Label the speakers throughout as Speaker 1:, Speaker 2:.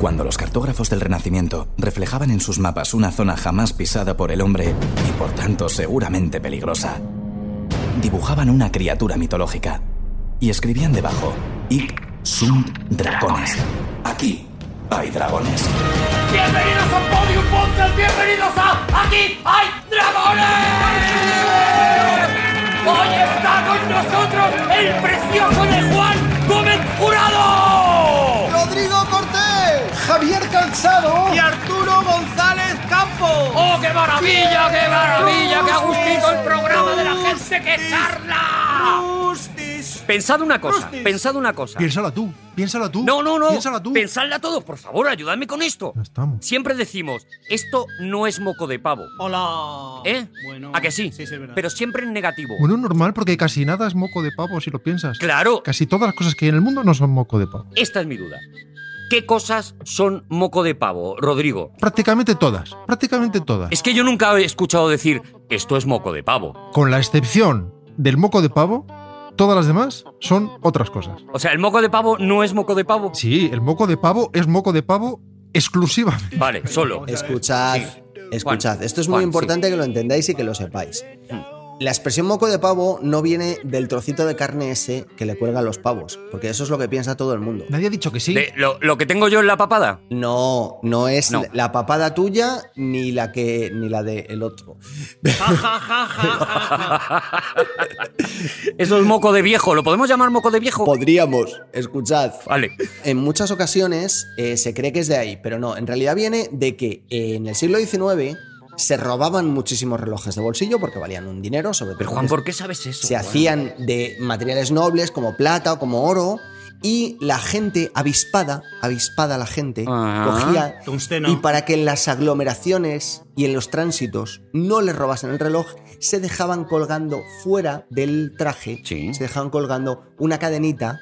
Speaker 1: Cuando los cartógrafos del Renacimiento reflejaban en sus mapas una zona jamás pisada por el hombre y por tanto seguramente peligrosa, dibujaban una criatura mitológica y escribían debajo: Ic sunt dragones. Aquí hay dragones.
Speaker 2: Bienvenidos a Podium Podcast, bienvenidos a Aquí hay dragones. Hoy está con nosotros el precioso de Juan Gómez Jurado.
Speaker 3: Rodrigo Cortés, Javier Cansado
Speaker 4: y Arturo González Campos.
Speaker 2: ¡Oh, qué maravilla, qué maravilla! ¡Qué agustito el programa de la gente que charla!
Speaker 4: Rustis.
Speaker 2: Pensad una cosa,
Speaker 4: Rustis.
Speaker 2: pensad una cosa.
Speaker 5: Piénsala tú, piénsala tú.
Speaker 2: No, no, no.
Speaker 5: Piénsala tú.
Speaker 2: Pensadla todos, por favor, ayudadme con esto.
Speaker 5: Ya estamos.
Speaker 2: Siempre decimos, esto no es moco de pavo.
Speaker 4: Hola.
Speaker 2: ¿Eh?
Speaker 4: Bueno.
Speaker 2: ¿A que sí?
Speaker 4: Sí, es verdad.
Speaker 2: Pero siempre en negativo.
Speaker 5: Bueno, normal, porque casi nada es moco de pavo si lo piensas.
Speaker 2: Claro,
Speaker 5: Casi todas las cosas que hay en el mundo no son moco de pavo.
Speaker 2: esta es mi duda. ¿Qué cosas son moco de pavo, Rodrigo?
Speaker 5: Prácticamente todas, prácticamente todas.
Speaker 2: Es que yo nunca he escuchado decir, esto es moco de pavo.
Speaker 5: Con la excepción del moco de pavo, todas las demás son otras cosas.
Speaker 2: O sea, el moco de pavo no es moco de pavo.
Speaker 5: Sí, el moco de pavo es moco de pavo exclusivamente.
Speaker 2: Vale, solo.
Speaker 3: Escuchad, escuchad.
Speaker 2: Juan,
Speaker 3: Esto es muy
Speaker 2: Juan, Mm.
Speaker 3: importante que lo entendáis y que lo sepáis. La expresión moco de pavo no viene del trocito de carne ese que le cuelgan los pavos, porque eso es lo que piensa todo el mundo.
Speaker 5: Nadie ha dicho que sí.
Speaker 2: De- lo, lo que tengo yo en la papada.
Speaker 3: No, no es
Speaker 2: No.
Speaker 3: la papada tuya ni la que ni la del otro.
Speaker 4: Ja, ja, ja, ja, ja, ja.
Speaker 2: Eso es moco de viejo. ¿Lo podemos llamar moco de viejo?
Speaker 3: Podríamos, escuchad.
Speaker 2: Vale.
Speaker 3: En muchas ocasiones eh, se cree que es de ahí, pero no, en realidad viene de que eh, en el siglo XIX se robaban muchísimos relojes de bolsillo porque valían un dinero, sobre todo.
Speaker 2: Pero Juan,
Speaker 3: porque
Speaker 2: ¿por qué sabes eso?
Speaker 3: se
Speaker 2: Juan?
Speaker 3: hacían de materiales nobles como plata o como oro y la gente avispada, avispada la gente,
Speaker 2: Ah.
Speaker 3: cogía
Speaker 4: Tungsteno.
Speaker 3: y para que en las aglomeraciones y en los tránsitos no les robasen el reloj, se dejaban colgando fuera del traje,
Speaker 2: Sí.
Speaker 3: se dejaban colgando una cadenita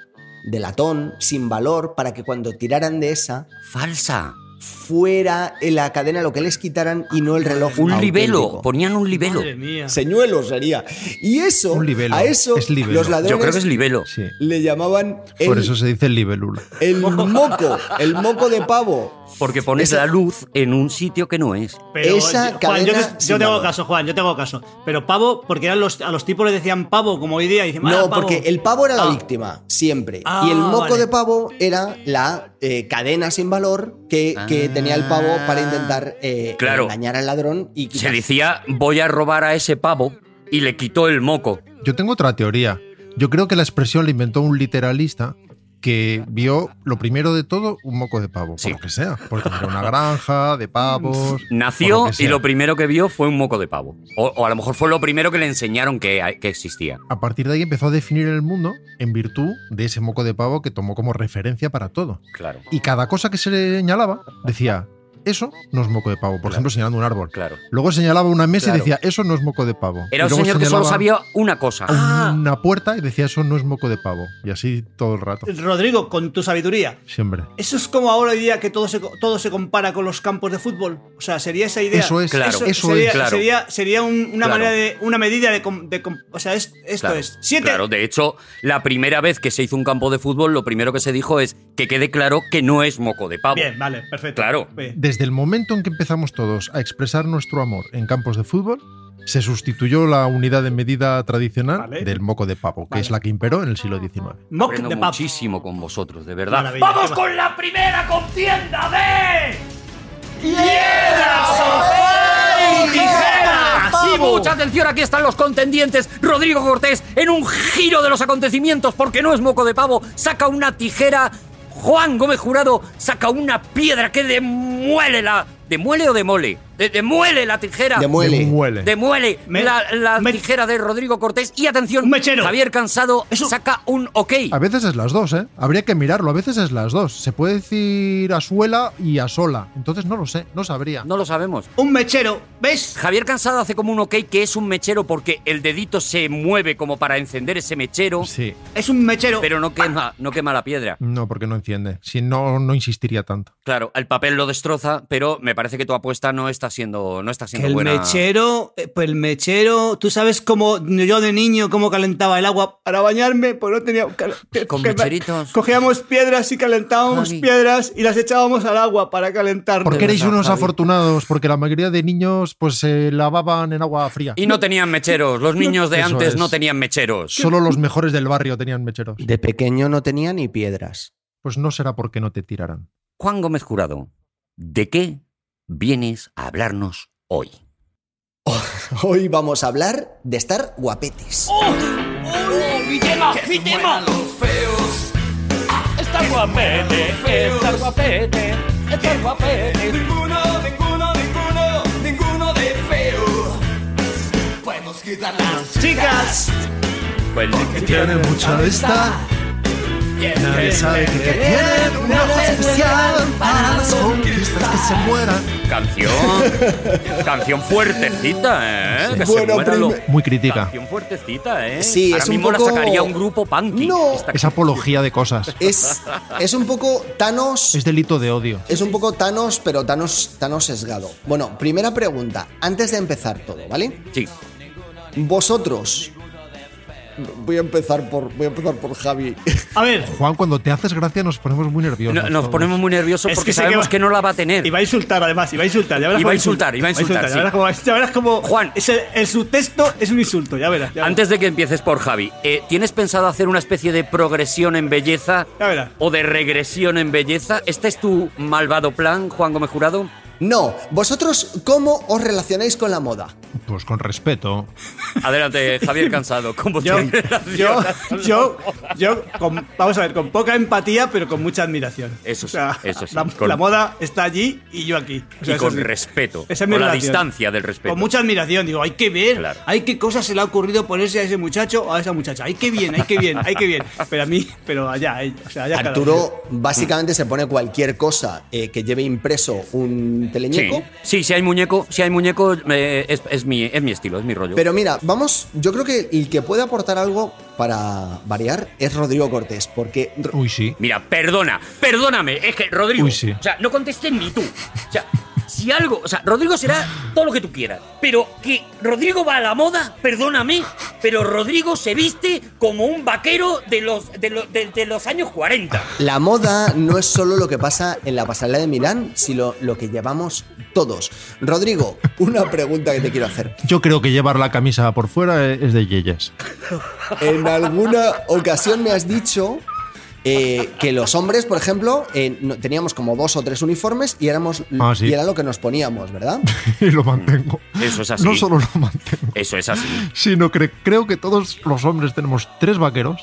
Speaker 3: de latón sin valor para que cuando tiraran de esa
Speaker 2: Falsa.
Speaker 3: fuera en la cadena lo que les quitaran y no el reloj.
Speaker 2: Un
Speaker 3: auténtico.
Speaker 2: libelo. Ponían un libelo.
Speaker 4: Madre mía.
Speaker 3: Señuelo sería. Y eso,
Speaker 5: Un libelo.
Speaker 3: a eso,
Speaker 5: Es libelo.
Speaker 3: los ladrones
Speaker 2: Yo creo que es libelo.
Speaker 5: Sí.
Speaker 3: le llamaban el,
Speaker 5: Por eso se dice libélula.
Speaker 3: el moco, el moco de pavo.
Speaker 2: Porque pones
Speaker 3: Esa-
Speaker 2: la luz en un sitio que no es.
Speaker 4: Pero,
Speaker 3: Esa
Speaker 4: yo- Juan, yo, te-
Speaker 3: cadena
Speaker 4: yo
Speaker 3: sin
Speaker 4: te hago
Speaker 3: valor.
Speaker 4: caso, Juan, yo te hago caso. Pero pavo, porque eran los, a los tipos le decían pavo, como hoy día. y dicen, "Ah,
Speaker 3: No,
Speaker 4: pavo".
Speaker 3: porque el pavo era la
Speaker 4: Ah.
Speaker 3: víctima, siempre.
Speaker 4: Ah,
Speaker 3: y el moco
Speaker 4: vale.
Speaker 3: de pavo era la eh, cadena sin valor que, que
Speaker 2: Ah.
Speaker 3: tenía el pavo para intentar eh,
Speaker 2: Claro.
Speaker 3: engañar al ladrón y
Speaker 2: Se
Speaker 3: quitar-
Speaker 2: decía, voy a robar a ese pavo y le quitó el moco.
Speaker 5: Yo tengo otra teoría. Yo creo que la expresión la inventó un literalista que vio lo primero de todo un moco de pavo,
Speaker 2: Sí. Mm,
Speaker 5: por lo que sea, porque era una granja de pavos.
Speaker 2: Nació
Speaker 5: por que
Speaker 2: y
Speaker 5: sea.
Speaker 2: lo primero que vio fue un moco de pavo. O, o a lo mejor fue lo primero que le enseñaron que, que existía.
Speaker 5: A partir de ahí empezó a definir el mundo en virtud de ese moco de pavo que tomó como referencia para todo.
Speaker 2: Claro,
Speaker 5: Y cada cosa que se le señalaba decía, eso no es moco de pavo, por ejemplo, señalando un árbol.
Speaker 2: claro.
Speaker 5: Luego señalaba una mesa
Speaker 2: Claro.
Speaker 5: y decía, eso no es moco de pavo.
Speaker 2: Era
Speaker 5: Y
Speaker 2: un
Speaker 5: luego
Speaker 2: señor que solo
Speaker 5: señalaba Ah,
Speaker 2: sabía Ah. una cosa.
Speaker 5: a Una puerta y decía, eso no es moco de pavo. Y así todo el rato,
Speaker 4: Rodrigo, con tu sabiduría.
Speaker 5: siempre.
Speaker 4: Eso es como ahora hoy día que todo se, todo se compara con los campos de fútbol. O sea, sería esa idea.
Speaker 5: Eso es,
Speaker 2: Claro.
Speaker 5: eso, eso
Speaker 4: sería,
Speaker 5: es.
Speaker 2: claro.
Speaker 4: sería, sería un- una
Speaker 2: Claro.
Speaker 4: manera de una medida de, com- de com- o sea es- esto
Speaker 2: Claro,
Speaker 4: es siete
Speaker 2: claro, de hecho, la primera vez que se hizo un campo de fútbol, lo primero que se dijo es que quede claro que no es moco de pavo.
Speaker 4: bien vale perfecto
Speaker 2: Claro.
Speaker 4: Bien.
Speaker 5: Desde el momento en que empezamos todos a expresar nuestro amor en campos de fútbol, se sustituyó la unidad de medida tradicional
Speaker 4: Vale.
Speaker 5: del moco de pavo, que
Speaker 4: Vale.
Speaker 5: es la que imperó en el siglo XIX.
Speaker 4: mock
Speaker 2: Aprendo
Speaker 4: de pub.
Speaker 2: muchísimo con vosotros, de verdad.
Speaker 4: Maravilla.
Speaker 2: ¡Vamos!
Speaker 4: con
Speaker 2: la primera contienda de
Speaker 4: tijeras!
Speaker 2: Y mucha atención, aquí están los contendientes. Rodrigo Cortés, en un giro de los acontecimientos, porque no es moco de pavo, saca una tijera. Juan Gómez Jurado saca una piedra que demuele la. ¿Demuele o demole? De- demuele la tijera.
Speaker 3: Demuele.
Speaker 5: Demuele.
Speaker 2: Demuele
Speaker 4: Me-
Speaker 2: la, la
Speaker 4: me-
Speaker 2: tijera de Rodrigo Cortés. Y atención,
Speaker 4: Un mechero.
Speaker 2: Javier Cansado
Speaker 4: Eso-
Speaker 2: saca un ok.
Speaker 5: A veces es las dos, ¿eh? Habría que mirarlo, a veces es las dos. Se puede decir a suela y a sola. Entonces no lo sé, no sabría.
Speaker 2: No lo sabemos.
Speaker 4: un mechero ves
Speaker 2: Javier Cansado hace como un ok que es un mechero porque el dedito se mueve como para encender ese mechero,
Speaker 5: Sí,
Speaker 4: es un mechero
Speaker 2: pero no quema, no quema la piedra.
Speaker 5: no, porque no enciende. Si no, no insistiría tanto.
Speaker 2: Claro, el papel lo destroza, pero me parece que tu apuesta no está está siendo, no está
Speaker 6: Que
Speaker 2: siendo
Speaker 6: el
Speaker 2: buena.
Speaker 6: mechero, eh, pues el mechero, tú sabes cómo yo de niño cómo calentaba el agua para bañarme, pues no tenía cal- que-
Speaker 2: Con
Speaker 6: que-
Speaker 2: mecheritos.
Speaker 6: Cogíamos piedras y calentábamos
Speaker 2: Javi.
Speaker 6: piedras y las echábamos al agua para calentarnos.
Speaker 5: Porque erais
Speaker 2: verdad,
Speaker 5: unos
Speaker 2: Javi.
Speaker 5: afortunados, porque la mayoría de niños pues se lavaban en agua fría.
Speaker 2: Y no tenían mecheros. Los niños de
Speaker 5: Eso
Speaker 2: antes
Speaker 5: es.
Speaker 2: no tenían mecheros.
Speaker 5: Solo los mejores del barrio tenían mecheros.
Speaker 3: De pequeño no tenía ni piedras.
Speaker 5: Pues no será porque no te tiraran.
Speaker 2: Juan Gómez Jurado, ¿de qué vienes a hablarnos hoy?
Speaker 3: Hoy vamos a hablar de estar guapetes.
Speaker 7: ¡Oh! ¡Mi tema! Está guapete, está guapete, está guapete. Ninguno, ninguno, ninguno, ninguno de feo. Podemos quitar las chicas.
Speaker 2: Pues
Speaker 5: Tiene mucha vista. Nadie sabe que tienen un ojo especial para las conquistas que se mueran.
Speaker 2: Canción. canción fuertecita, ¿eh? Que se
Speaker 3: Bueno,
Speaker 2: muera lo-
Speaker 3: prim-
Speaker 5: Muy crítica.
Speaker 2: Canción fuertecita, ¿eh?
Speaker 3: Sí,
Speaker 2: Ahora
Speaker 3: es un
Speaker 2: mismo
Speaker 3: poco-
Speaker 2: la sacaría un grupo punky.
Speaker 3: No.
Speaker 2: Esta-
Speaker 5: Es apología de cosas.
Speaker 3: Es, es un poco Thanos.
Speaker 5: Es delito de odio.
Speaker 3: Es un poco Thanos, pero Thanos, Thanos sesgado. Bueno, primera pregunta, antes de empezar todo, ¿vale?
Speaker 2: Sí.
Speaker 3: Vosotros. Voy a empezar por, voy a empezar por Javi.
Speaker 4: A ver,
Speaker 5: Juan, cuando te haces gracia nos ponemos muy nerviosos.
Speaker 2: No- nos
Speaker 5: todos.
Speaker 2: ponemos muy nerviosos
Speaker 4: Es
Speaker 2: porque
Speaker 4: que sé que
Speaker 2: sabemos
Speaker 4: va-
Speaker 2: que no la va a tener.
Speaker 4: iba a insultar además, iba a insultar. Ya verás
Speaker 2: Iba
Speaker 4: cómo
Speaker 2: a insultar, iba a insultar,
Speaker 4: Ya verás
Speaker 2: sí.
Speaker 4: cómo- ya verás cómo-
Speaker 2: Juan.
Speaker 4: es el, el subtexto es un insulto, ya verás. ya verás.
Speaker 2: Antes de que empieces por Javi, eh, ¿tienes pensado hacer una especie de progresión en belleza
Speaker 4: Ya verás.
Speaker 2: o de regresión en belleza? ¿Este es tu malvado plan, Juan Gómez Jurado?
Speaker 3: No, vosotros, ¿cómo os relacionáis con la moda?
Speaker 5: Pues con respeto.
Speaker 2: Adelante, Javier Cansado. ¿Cómo
Speaker 4: Yo,
Speaker 2: te
Speaker 4: yo,
Speaker 2: relacionas?
Speaker 4: yo, yo, con- vamos a ver, con poca empatía, pero con mucha admiración.
Speaker 2: Eso sí, eso sí.
Speaker 4: La,
Speaker 2: Con-
Speaker 4: la moda está allí y yo aquí. O sea,
Speaker 2: Y
Speaker 4: eso
Speaker 2: con
Speaker 4: sí.
Speaker 2: respeto.
Speaker 4: Esa es mi
Speaker 2: con la
Speaker 4: relación.
Speaker 2: distancia del respeto.
Speaker 4: Con mucha admiración, digo, hay que ver,
Speaker 2: Claro.
Speaker 4: hay qué cosas se le ha ocurrido ponerse a ese muchacho o a esa muchacha. Hay que bien, hay que bien, hay que bien. Pero a mí, pero allá, ahí, o sea, allá cada uno.
Speaker 3: Arturo básicamente se pone cualquier cosa eh, que lleve impreso un
Speaker 2: Sí.
Speaker 3: teleñeco.
Speaker 2: sí, si hay muñeco, si hay muñeco, eh, es, es mi, es mi estilo, es mi rollo.
Speaker 3: Pero mira, vamos, yo creo que el que puede aportar algo para variar es Rodrigo Cortés, porque Ro-
Speaker 5: Uy, sí.
Speaker 2: Mira, perdona, perdóname, es que Rodrigo,
Speaker 5: Uy, sí.
Speaker 2: o sea, no contestes ni tú. O sea, si algo, o sea, Rodrigo será todo lo que tú quieras, pero que Rodrigo va a la moda, perdóname, pero Rodrigo se viste como un vaquero de los de, lo- de- de los años 40.
Speaker 3: La moda no es solo lo que pasa en la pasarela de Milán, sino lo que llevamos todos. Rodrigo, una pregunta que te quiero hacer.
Speaker 5: Yo creo que llevar la camisa por fuera es de Yeyes.
Speaker 3: En alguna ocasión me has dicho eh, que los hombres, por ejemplo, eh, no- teníamos como dos o tres uniformes y éramos
Speaker 5: Ah, sí.
Speaker 3: y era lo que nos poníamos, ¿verdad?
Speaker 5: Y lo mantengo.
Speaker 2: Mm, Eso es así.
Speaker 5: No solo lo mantengo,
Speaker 2: Eso es así.
Speaker 5: sino que creo que todos los hombres tenemos tres vaqueros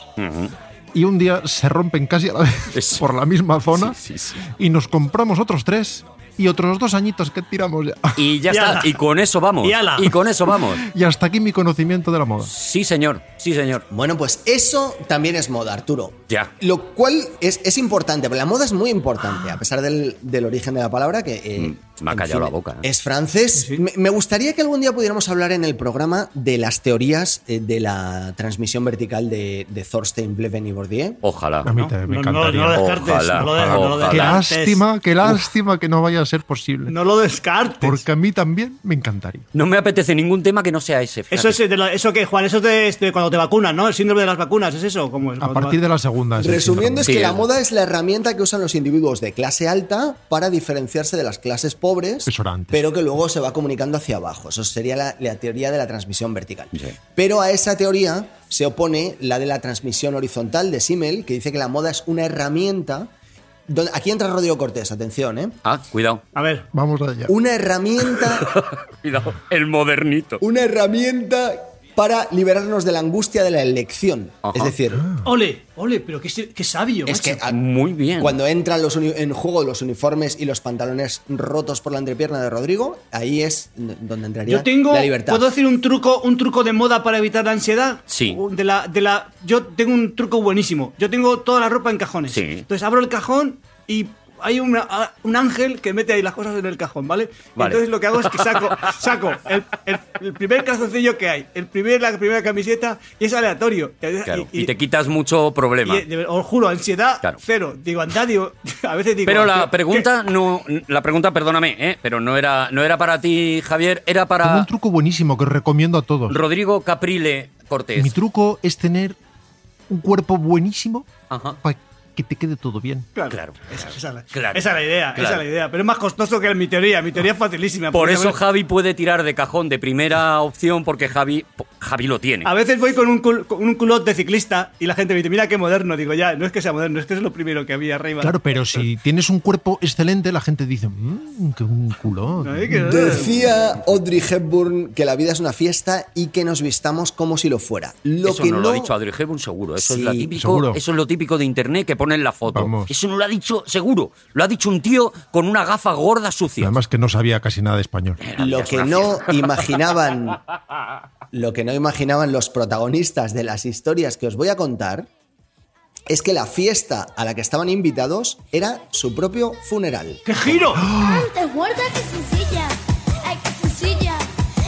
Speaker 5: y un día se rompen casi a la vez
Speaker 2: Sí.
Speaker 5: por la misma zona
Speaker 2: Sí, sí,
Speaker 5: y nos compramos otros tres y otros dos añitos que tiramos ya.
Speaker 2: Y ya
Speaker 4: Y
Speaker 2: está,
Speaker 4: ala.
Speaker 2: y con eso vamos.
Speaker 4: Y ala.
Speaker 2: Y con eso vamos.
Speaker 5: Y hasta aquí mi conocimiento de la moda.
Speaker 2: Sí, señor. Sí, señor.
Speaker 3: Bueno, pues eso también es moda, Arturo.
Speaker 2: Ya.
Speaker 3: Lo cual es, es importante, la moda es muy importante, a pesar del, del origen de la palabra que... eh,
Speaker 2: Ah. Mm, me ha
Speaker 3: en
Speaker 2: callado la boca, ¿eh?
Speaker 3: Es francés. Me, me gustaría que algún día pudiéramos hablar en el programa de las teorías eh, de la transmisión vertical de, de Thorstein, Bleven y Bourdieu.
Speaker 2: Ojalá.
Speaker 5: A mí
Speaker 4: No,
Speaker 5: también me
Speaker 4: no, no, no
Speaker 5: encantaría.
Speaker 4: lo descartes,
Speaker 2: Ojalá,
Speaker 4: no lo de- no lo
Speaker 2: ojalá.
Speaker 5: qué
Speaker 4: descartes.
Speaker 5: lástima, qué lástima que no vaya a ser posible.
Speaker 4: No lo descartes.
Speaker 5: porque a mí también me encantaría.
Speaker 2: No me apetece ningún tema que no sea ese. fíjate.
Speaker 4: Eso es de la- eso que Juan, eso es de, de cuando te vacunan, ¿no? El síndrome de las vacunas, ¿es eso? ¿Cómo es?
Speaker 5: A
Speaker 4: Cuando-
Speaker 5: partir de la segunda. es el
Speaker 3: Resumiendo, es
Speaker 2: Sí,
Speaker 3: que la
Speaker 2: es-
Speaker 3: moda es la herramienta que usan los individuos de clase alta para diferenciarse de las clases pobres,
Speaker 5: Eso era antes.
Speaker 3: pero que luego se va comunicando hacia abajo. Eso sería la, la teoría de la transmisión vertical.
Speaker 2: Sí.
Speaker 3: Pero a esa teoría se opone la de la transmisión horizontal de Simmel, que dice que la moda es una herramienta. donde- aquí entra Rodrigo Cortés, atención, ¿eh?
Speaker 2: Ah, cuidado.
Speaker 4: A ver,
Speaker 5: Vamos allá.
Speaker 3: Una herramienta,
Speaker 2: Cuidado. El modernito.
Speaker 3: una herramienta para liberarnos de la angustia de la elección.
Speaker 2: Ajá.
Speaker 3: Es decir,
Speaker 4: ole, ole, pero qué, se- Ah, qué sabio.
Speaker 3: es que
Speaker 4: macho.
Speaker 3: a-
Speaker 2: Muy bien.
Speaker 3: Cuando entran los uni- en juego los uniformes y los pantalones rotos por la entrepierna de Rodrigo, ahí es n- donde entraría
Speaker 4: Yo tengo.
Speaker 3: la libertad.
Speaker 4: ¿Puedo decir un truco, un truco de moda para evitar la ansiedad?
Speaker 2: Sí.
Speaker 4: Un- De la, de la, yo tengo un truco buenísimo. Yo tengo toda la ropa en cajones.
Speaker 2: Sí.
Speaker 4: Entonces abro el cajón y hay una- a- un ángel que mete ahí las cosas en el cajón, ¿vale?
Speaker 2: Vale.
Speaker 4: Entonces lo que hago es que saco, saco el, el- el primer calzoncillo que hay, el primer, la primera camiseta, y es aleatorio. Y-
Speaker 2: Claro,
Speaker 4: y-
Speaker 2: y, te quitas mucho problema.
Speaker 4: y, de- os juro, ansiedad
Speaker 2: Claro.
Speaker 4: cero. Digo, andad, digo, a veces digo.
Speaker 2: Pero
Speaker 4: ¿qué-
Speaker 2: la
Speaker 4: qué-
Speaker 2: pregunta no, la pregunta, perdóname, ¿eh? pero no era, no era para ti, Javier, era
Speaker 5: Tengo un
Speaker 2: para
Speaker 5: truco buenísimo que os recomiendo a todos.
Speaker 2: Rodrigo Caprile Cortés.
Speaker 5: Mi truco es tener un cuerpo buenísimo
Speaker 2: Ajá.
Speaker 5: para que te quede todo bien.
Speaker 4: Claro,
Speaker 2: Claro,
Speaker 4: Esa, esa es la-
Speaker 2: claro,
Speaker 4: esa es la idea,
Speaker 2: claro.
Speaker 4: esa es la idea. Pero es más costoso que mi teoría. Mi teoría es facilísima.
Speaker 2: Por
Speaker 4: porque
Speaker 2: eso
Speaker 4: a veces-
Speaker 2: Javi puede tirar de cajón de primera opción porque Javi, po- Javi lo tiene.
Speaker 4: A veces voy con un, cul- con un culot de ciclista y la gente me dice, mira qué moderno. Digo, ya, no es que sea moderno, es que es lo primero que había arriba.
Speaker 5: Claro, pero si tienes un cuerpo excelente, la gente dice, mmm, qué un culo.
Speaker 4: No, es que-
Speaker 3: Decía Audrey Hepburn que la vida es una fiesta y que nos vistamos como si lo fuera. Lo
Speaker 2: eso
Speaker 3: que
Speaker 2: no,
Speaker 3: no,
Speaker 2: lo ha dicho Adri Hepburn, seguro. Eso, es
Speaker 3: Sí,
Speaker 2: lo típico,
Speaker 5: seguro.
Speaker 2: eso es lo típico de internet que ponen la foto.
Speaker 5: Vamos.
Speaker 2: Eso no lo ha dicho, seguro. Lo ha dicho un tío con una gafa gorda sucia.
Speaker 5: Además que no sabía casi nada de español.
Speaker 3: lo que no imaginaban, lo que no imaginaban los protagonistas de las historias que os voy a contar es que la fiesta a la que estaban invitados era su propio funeral.
Speaker 4: ¡Qué giro!
Speaker 8: Te guarda que sencilla, ay que sencilla,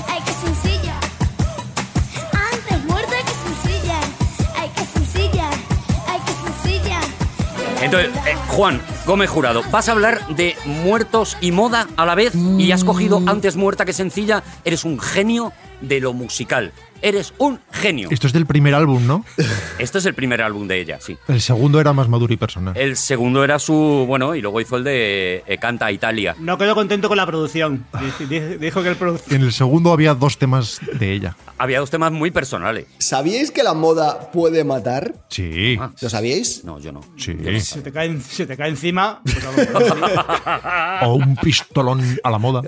Speaker 8: ay que sencilla. Antes muerta que sencilla, ay que sencilla, ay que sencilla.
Speaker 2: Entonces, eh, Juan Gómez Jurado, vas a hablar de muertos y moda a la vez y has cogido
Speaker 3: Mm.
Speaker 2: antes muerta que sencilla. Eres un genio de lo musical. Eres un genio.
Speaker 5: Esto es del primer álbum, ¿no?
Speaker 2: Este es el primer álbum de ella, sí.
Speaker 5: El segundo era más maduro y personal.
Speaker 2: El segundo era su, bueno, y luego hizo el de eh, Canta a Italia.
Speaker 4: No quedó contento con la producción. Dijo- dijo- Dijo que el productor.
Speaker 5: En el segundo había dos temas de ella.
Speaker 2: Había dos temas muy personales.
Speaker 3: ¿Sabíais que la moda puede matar?
Speaker 5: Sí,
Speaker 3: ¿Lo sabíais?
Speaker 2: No, yo no.
Speaker 5: sí.
Speaker 4: Se te, cae, en- se te cae encima. pues a lo mejor-
Speaker 5: O un pistolón a la moda.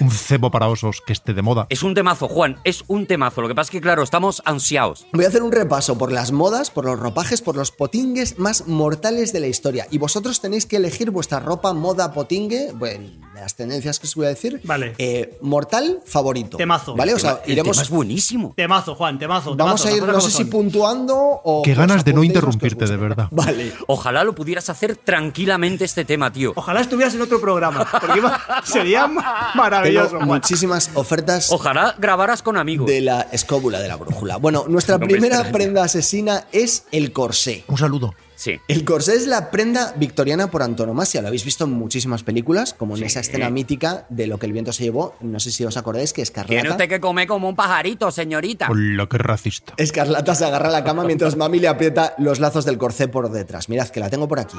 Speaker 5: Un cebo para osos que esté de moda.
Speaker 2: Es un temazo, Juan, es un temazo. Lo que pasa es que, claro, estamos ansiados.
Speaker 3: Voy a hacer un repaso por las modas, por los ropajes, por los potingues más mortales de la historia. Y vosotros tenéis que elegir vuestra ropa moda potingue, bueno, de las tendencias que os voy a decir,
Speaker 4: Vale.
Speaker 3: eh, mortal favorito.
Speaker 4: Temazo.
Speaker 3: ¿Vale? O sea,
Speaker 2: El
Speaker 3: iremos.
Speaker 2: tema es buenísimo.
Speaker 4: Temazo, Juan, temazo.
Speaker 3: Vamos
Speaker 4: temazo,
Speaker 3: a ir,
Speaker 4: las
Speaker 3: no
Speaker 4: cosas
Speaker 3: sé
Speaker 4: como
Speaker 3: si
Speaker 4: son.
Speaker 3: puntuando o.
Speaker 5: Qué
Speaker 3: os
Speaker 5: ganas de
Speaker 3: apuntéis los
Speaker 5: no
Speaker 3: que os
Speaker 5: interrumpirte, de
Speaker 3: gusten.
Speaker 5: verdad.
Speaker 3: Vale.
Speaker 2: Ojalá lo pudieras hacer tranquilamente este tema, tío.
Speaker 4: Ojalá estuvieras en otro programa, porque iba- sería ma- maravilloso.
Speaker 3: Tengo
Speaker 4: Juan.
Speaker 3: muchísimas ofertas
Speaker 2: Ojalá grabaras con amigos.
Speaker 3: de la escóbula de la brújula. Bueno, nuestra
Speaker 2: Nombre
Speaker 3: primera
Speaker 2: extraño.
Speaker 3: prenda asesina es el corsé.
Speaker 5: Un saludo.
Speaker 2: Sí.
Speaker 3: El corsé es la prenda victoriana por antonomasia. Lo habéis visto en muchísimas películas, como en esa escena mítica de lo que el viento se llevó. No sé si os acordáis que
Speaker 2: Tiene
Speaker 3: Escarlata.
Speaker 2: usted que comer como un pajarito, señorita.
Speaker 5: Hola, qué racista.
Speaker 3: Escarlata se agarra a la cama mientras Mami le aprieta los lazos del corsé por detrás. Mirad que la tengo por aquí.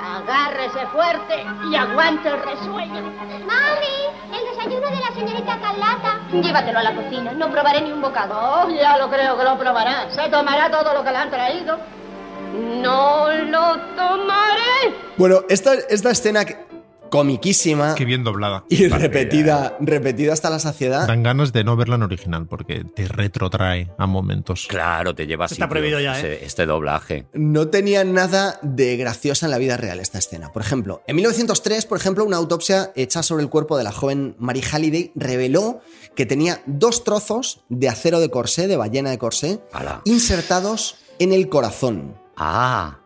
Speaker 9: Agárrese fuerte y aguante el resuello.
Speaker 8: Mami, el desayuno de la señorita Carlata.
Speaker 9: Llévatelo a la cocina, no probaré ni un bocado. Oh, ya lo creo que lo probará. Se tomará todo lo que le han traído. No lo tomaré.
Speaker 3: Bueno, esta, esta escena que- comiquísima
Speaker 5: Qué bien doblada.
Speaker 3: y repetida, repetida hasta la saciedad.
Speaker 5: Dan ganas de no verla en original porque te retrotrae a momentos.
Speaker 2: Claro, te llevas.
Speaker 4: Está prohibido ya, ¿eh?
Speaker 2: Este doblaje.
Speaker 3: no tenía nada de graciosa en la vida real esta escena. Por ejemplo, en 1903, por ejemplo, una autopsia hecha sobre el cuerpo de la joven Mary Halliday reveló que tenía dos trozos de acero de corsé, de ballena de corsé,
Speaker 2: Ala.
Speaker 3: insertados en el corazón.
Speaker 2: Ah.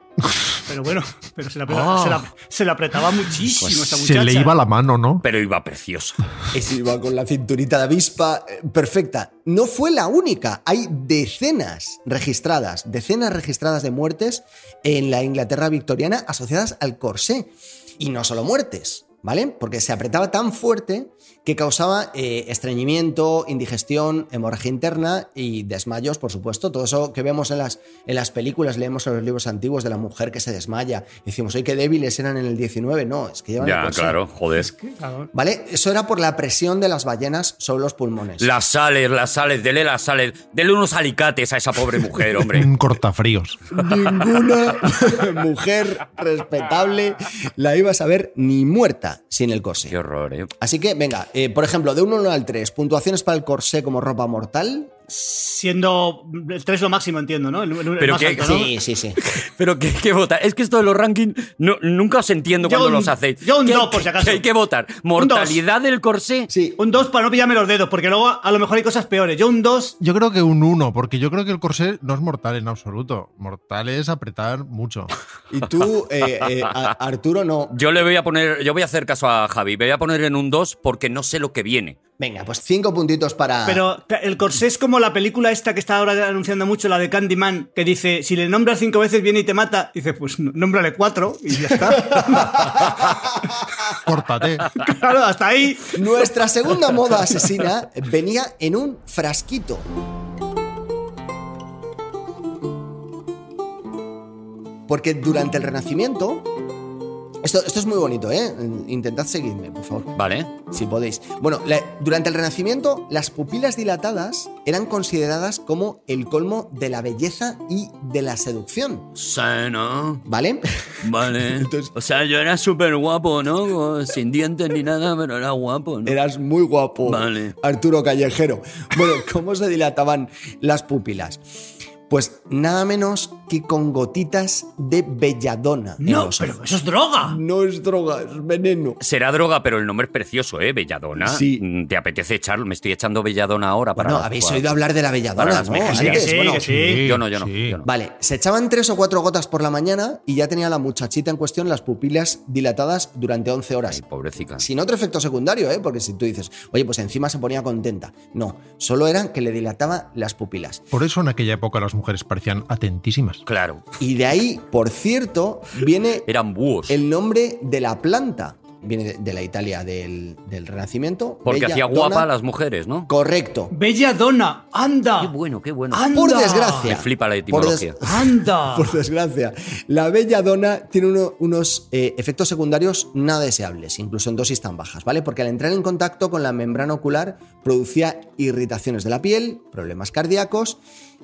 Speaker 4: Pero bueno, pero se la, apretaba-
Speaker 2: Ah.
Speaker 4: se la- se la apretaba muchísimo
Speaker 3: Pues
Speaker 4: esta muchacha.
Speaker 5: Se le iba la mano, ¿no?
Speaker 2: Pero iba precioso.
Speaker 3: Eso iba con la cinturita de avispa, eh, perfecta. No fue la única, hay decenas registradas, decenas registradas de muertes en la Inglaterra victoriana asociadas al corsé. Y no solo muertes, ¿vale? Porque se apretaba tan fuerte que causaba eh, estreñimiento, indigestión, hemorragia interna y desmayos, por supuesto. Todo eso que vemos en las, en las películas, leemos en los libros antiguos de la mujer que se desmaya. Decimos, ¡ay, qué débiles eran en el 19! No, es que llevan el
Speaker 2: Ya,
Speaker 3: corsé.
Speaker 2: claro, joder.
Speaker 4: Claro.
Speaker 3: ¿Vale? Eso era por la presión de las ballenas sobre los pulmones.
Speaker 2: Las sales, las sales, dele las sales. Dele unos alicates a esa pobre mujer, hombre.
Speaker 5: Un cortafríos.
Speaker 3: Ninguna mujer respetable la ibas a ver ni muerta sin el
Speaker 2: Qué
Speaker 3: corsé.
Speaker 2: horror, ¿eh?
Speaker 3: Así que, venga, eh, por ejemplo, de 1 al 3, puntuaciones para el corsé como ropa mortal.
Speaker 4: siendo el 3 lo máximo, entiendo, ¿no? El, el- el
Speaker 2: Pero
Speaker 4: más
Speaker 2: que-
Speaker 4: alto, ¿no?
Speaker 3: Sí, sí, sí.
Speaker 2: Pero que hay que votar. Es que esto de los rankings no, nunca os entiendo
Speaker 4: Yo
Speaker 2: cuando
Speaker 4: un-
Speaker 2: los hacéis.
Speaker 4: yo un
Speaker 2: Que hay
Speaker 4: dos, por
Speaker 2: que-
Speaker 4: si acaso.
Speaker 2: que hay que votar. Mortalidad del corsé.
Speaker 3: Sí.
Speaker 4: Un 2 para no pillarme los dedos, porque luego a lo mejor hay cosas peores. Yo un 2,
Speaker 5: Yo creo que un 1, porque yo creo que el corsé no es mortal en absoluto. Mortal es apretar mucho.
Speaker 3: Y tú, eh, eh, a- Arturo, no.
Speaker 2: Yo le voy a poner, yo voy a hacer caso a Javi, me voy a poner en un 2 porque no sé lo que viene.
Speaker 3: Venga, pues cinco puntitos
Speaker 2: Ah.
Speaker 3: para.
Speaker 4: pero el corsé es como la película esta que está ahora anunciando mucho, la de Candyman, que dice, si le nombras cinco veces viene y te mata. Dice, pues no- nómbrale cuatro y ya está.
Speaker 5: Córtate.
Speaker 4: claro, hasta ahí.
Speaker 2: Eh,
Speaker 3: Nuestra segunda moda asesina venía en un frasquito. Porque durante el Renacimiento. Esto, esto es muy bonito, ¿eh? Intentad seguirme, por favor.
Speaker 2: ¿Vale?
Speaker 3: Si podéis. Bueno, la- durante el Renacimiento, las pupilas dilatadas eran consideradas como el colmo de la belleza y de la seducción,
Speaker 2: Sí, ¿no?
Speaker 3: ¿vale?
Speaker 2: Vale. o sea, yo era súper guapo, ¿no? Sin dientes ni nada, pero era guapo, ¿no?
Speaker 3: Eras muy guapo,
Speaker 2: Vale.
Speaker 3: Arturo Callejero. Bueno, ¿cómo se dilataban las pupilas? Pues nada menos que con gotitas de belladona. en
Speaker 4: No,
Speaker 3: los ojos.
Speaker 4: pero eso es droga.
Speaker 3: No es droga, es veneno.
Speaker 2: Será droga, pero el nombre es precioso, ¿eh? Belladona.
Speaker 3: Sí.
Speaker 2: Mm, ¿Te apetece echarlo? Me estoy echando Belladona ahora para.
Speaker 3: Bueno,
Speaker 2: las-
Speaker 3: habéis oído hablar de la
Speaker 2: Para
Speaker 3: belladona,
Speaker 2: las
Speaker 3: ¿no?
Speaker 2: mejas, sí,
Speaker 4: Que
Speaker 3: Antes,
Speaker 4: sí,
Speaker 3: bueno,
Speaker 4: que sí.
Speaker 2: Yo no, yo no.
Speaker 5: sí.
Speaker 2: yo no.
Speaker 3: Vale, se echaban tres o cuatro gotas por la mañana y ya tenía la muchachita en cuestión las pupilas dilatadas durante 11 horas.
Speaker 2: Ay, pobrecita.
Speaker 3: Sin otro efecto secundario, ¿eh? porque si tú dices, oye, pues encima se ponía contenta. No, solo era que le dilataba las pupilas.
Speaker 5: Por eso en aquella época las mujeres parecían atentísimas.
Speaker 2: Claro.
Speaker 3: Y de ahí, por cierto, viene
Speaker 2: Eran búhos.
Speaker 3: el nombre de la planta. Viene de, de la Italia del, del Renacimiento.
Speaker 2: Porque
Speaker 3: Bella
Speaker 2: hacía guapa a
Speaker 3: donna.
Speaker 2: las mujeres, ¿no?
Speaker 3: Correcto.
Speaker 4: Bella dona, anda.
Speaker 2: Qué bueno, qué bueno.
Speaker 4: Anda.
Speaker 3: Por desgracia.
Speaker 2: Me flipa la
Speaker 3: por des-
Speaker 2: etimología.
Speaker 4: Anda.
Speaker 3: Por desgracia, la belladona tiene uno- unos eh, efectos secundarios nada deseables, incluso en dosis tan bajas, ¿vale? Porque al entrar en contacto con la membrana ocular producía irritaciones de la piel, problemas cardíacos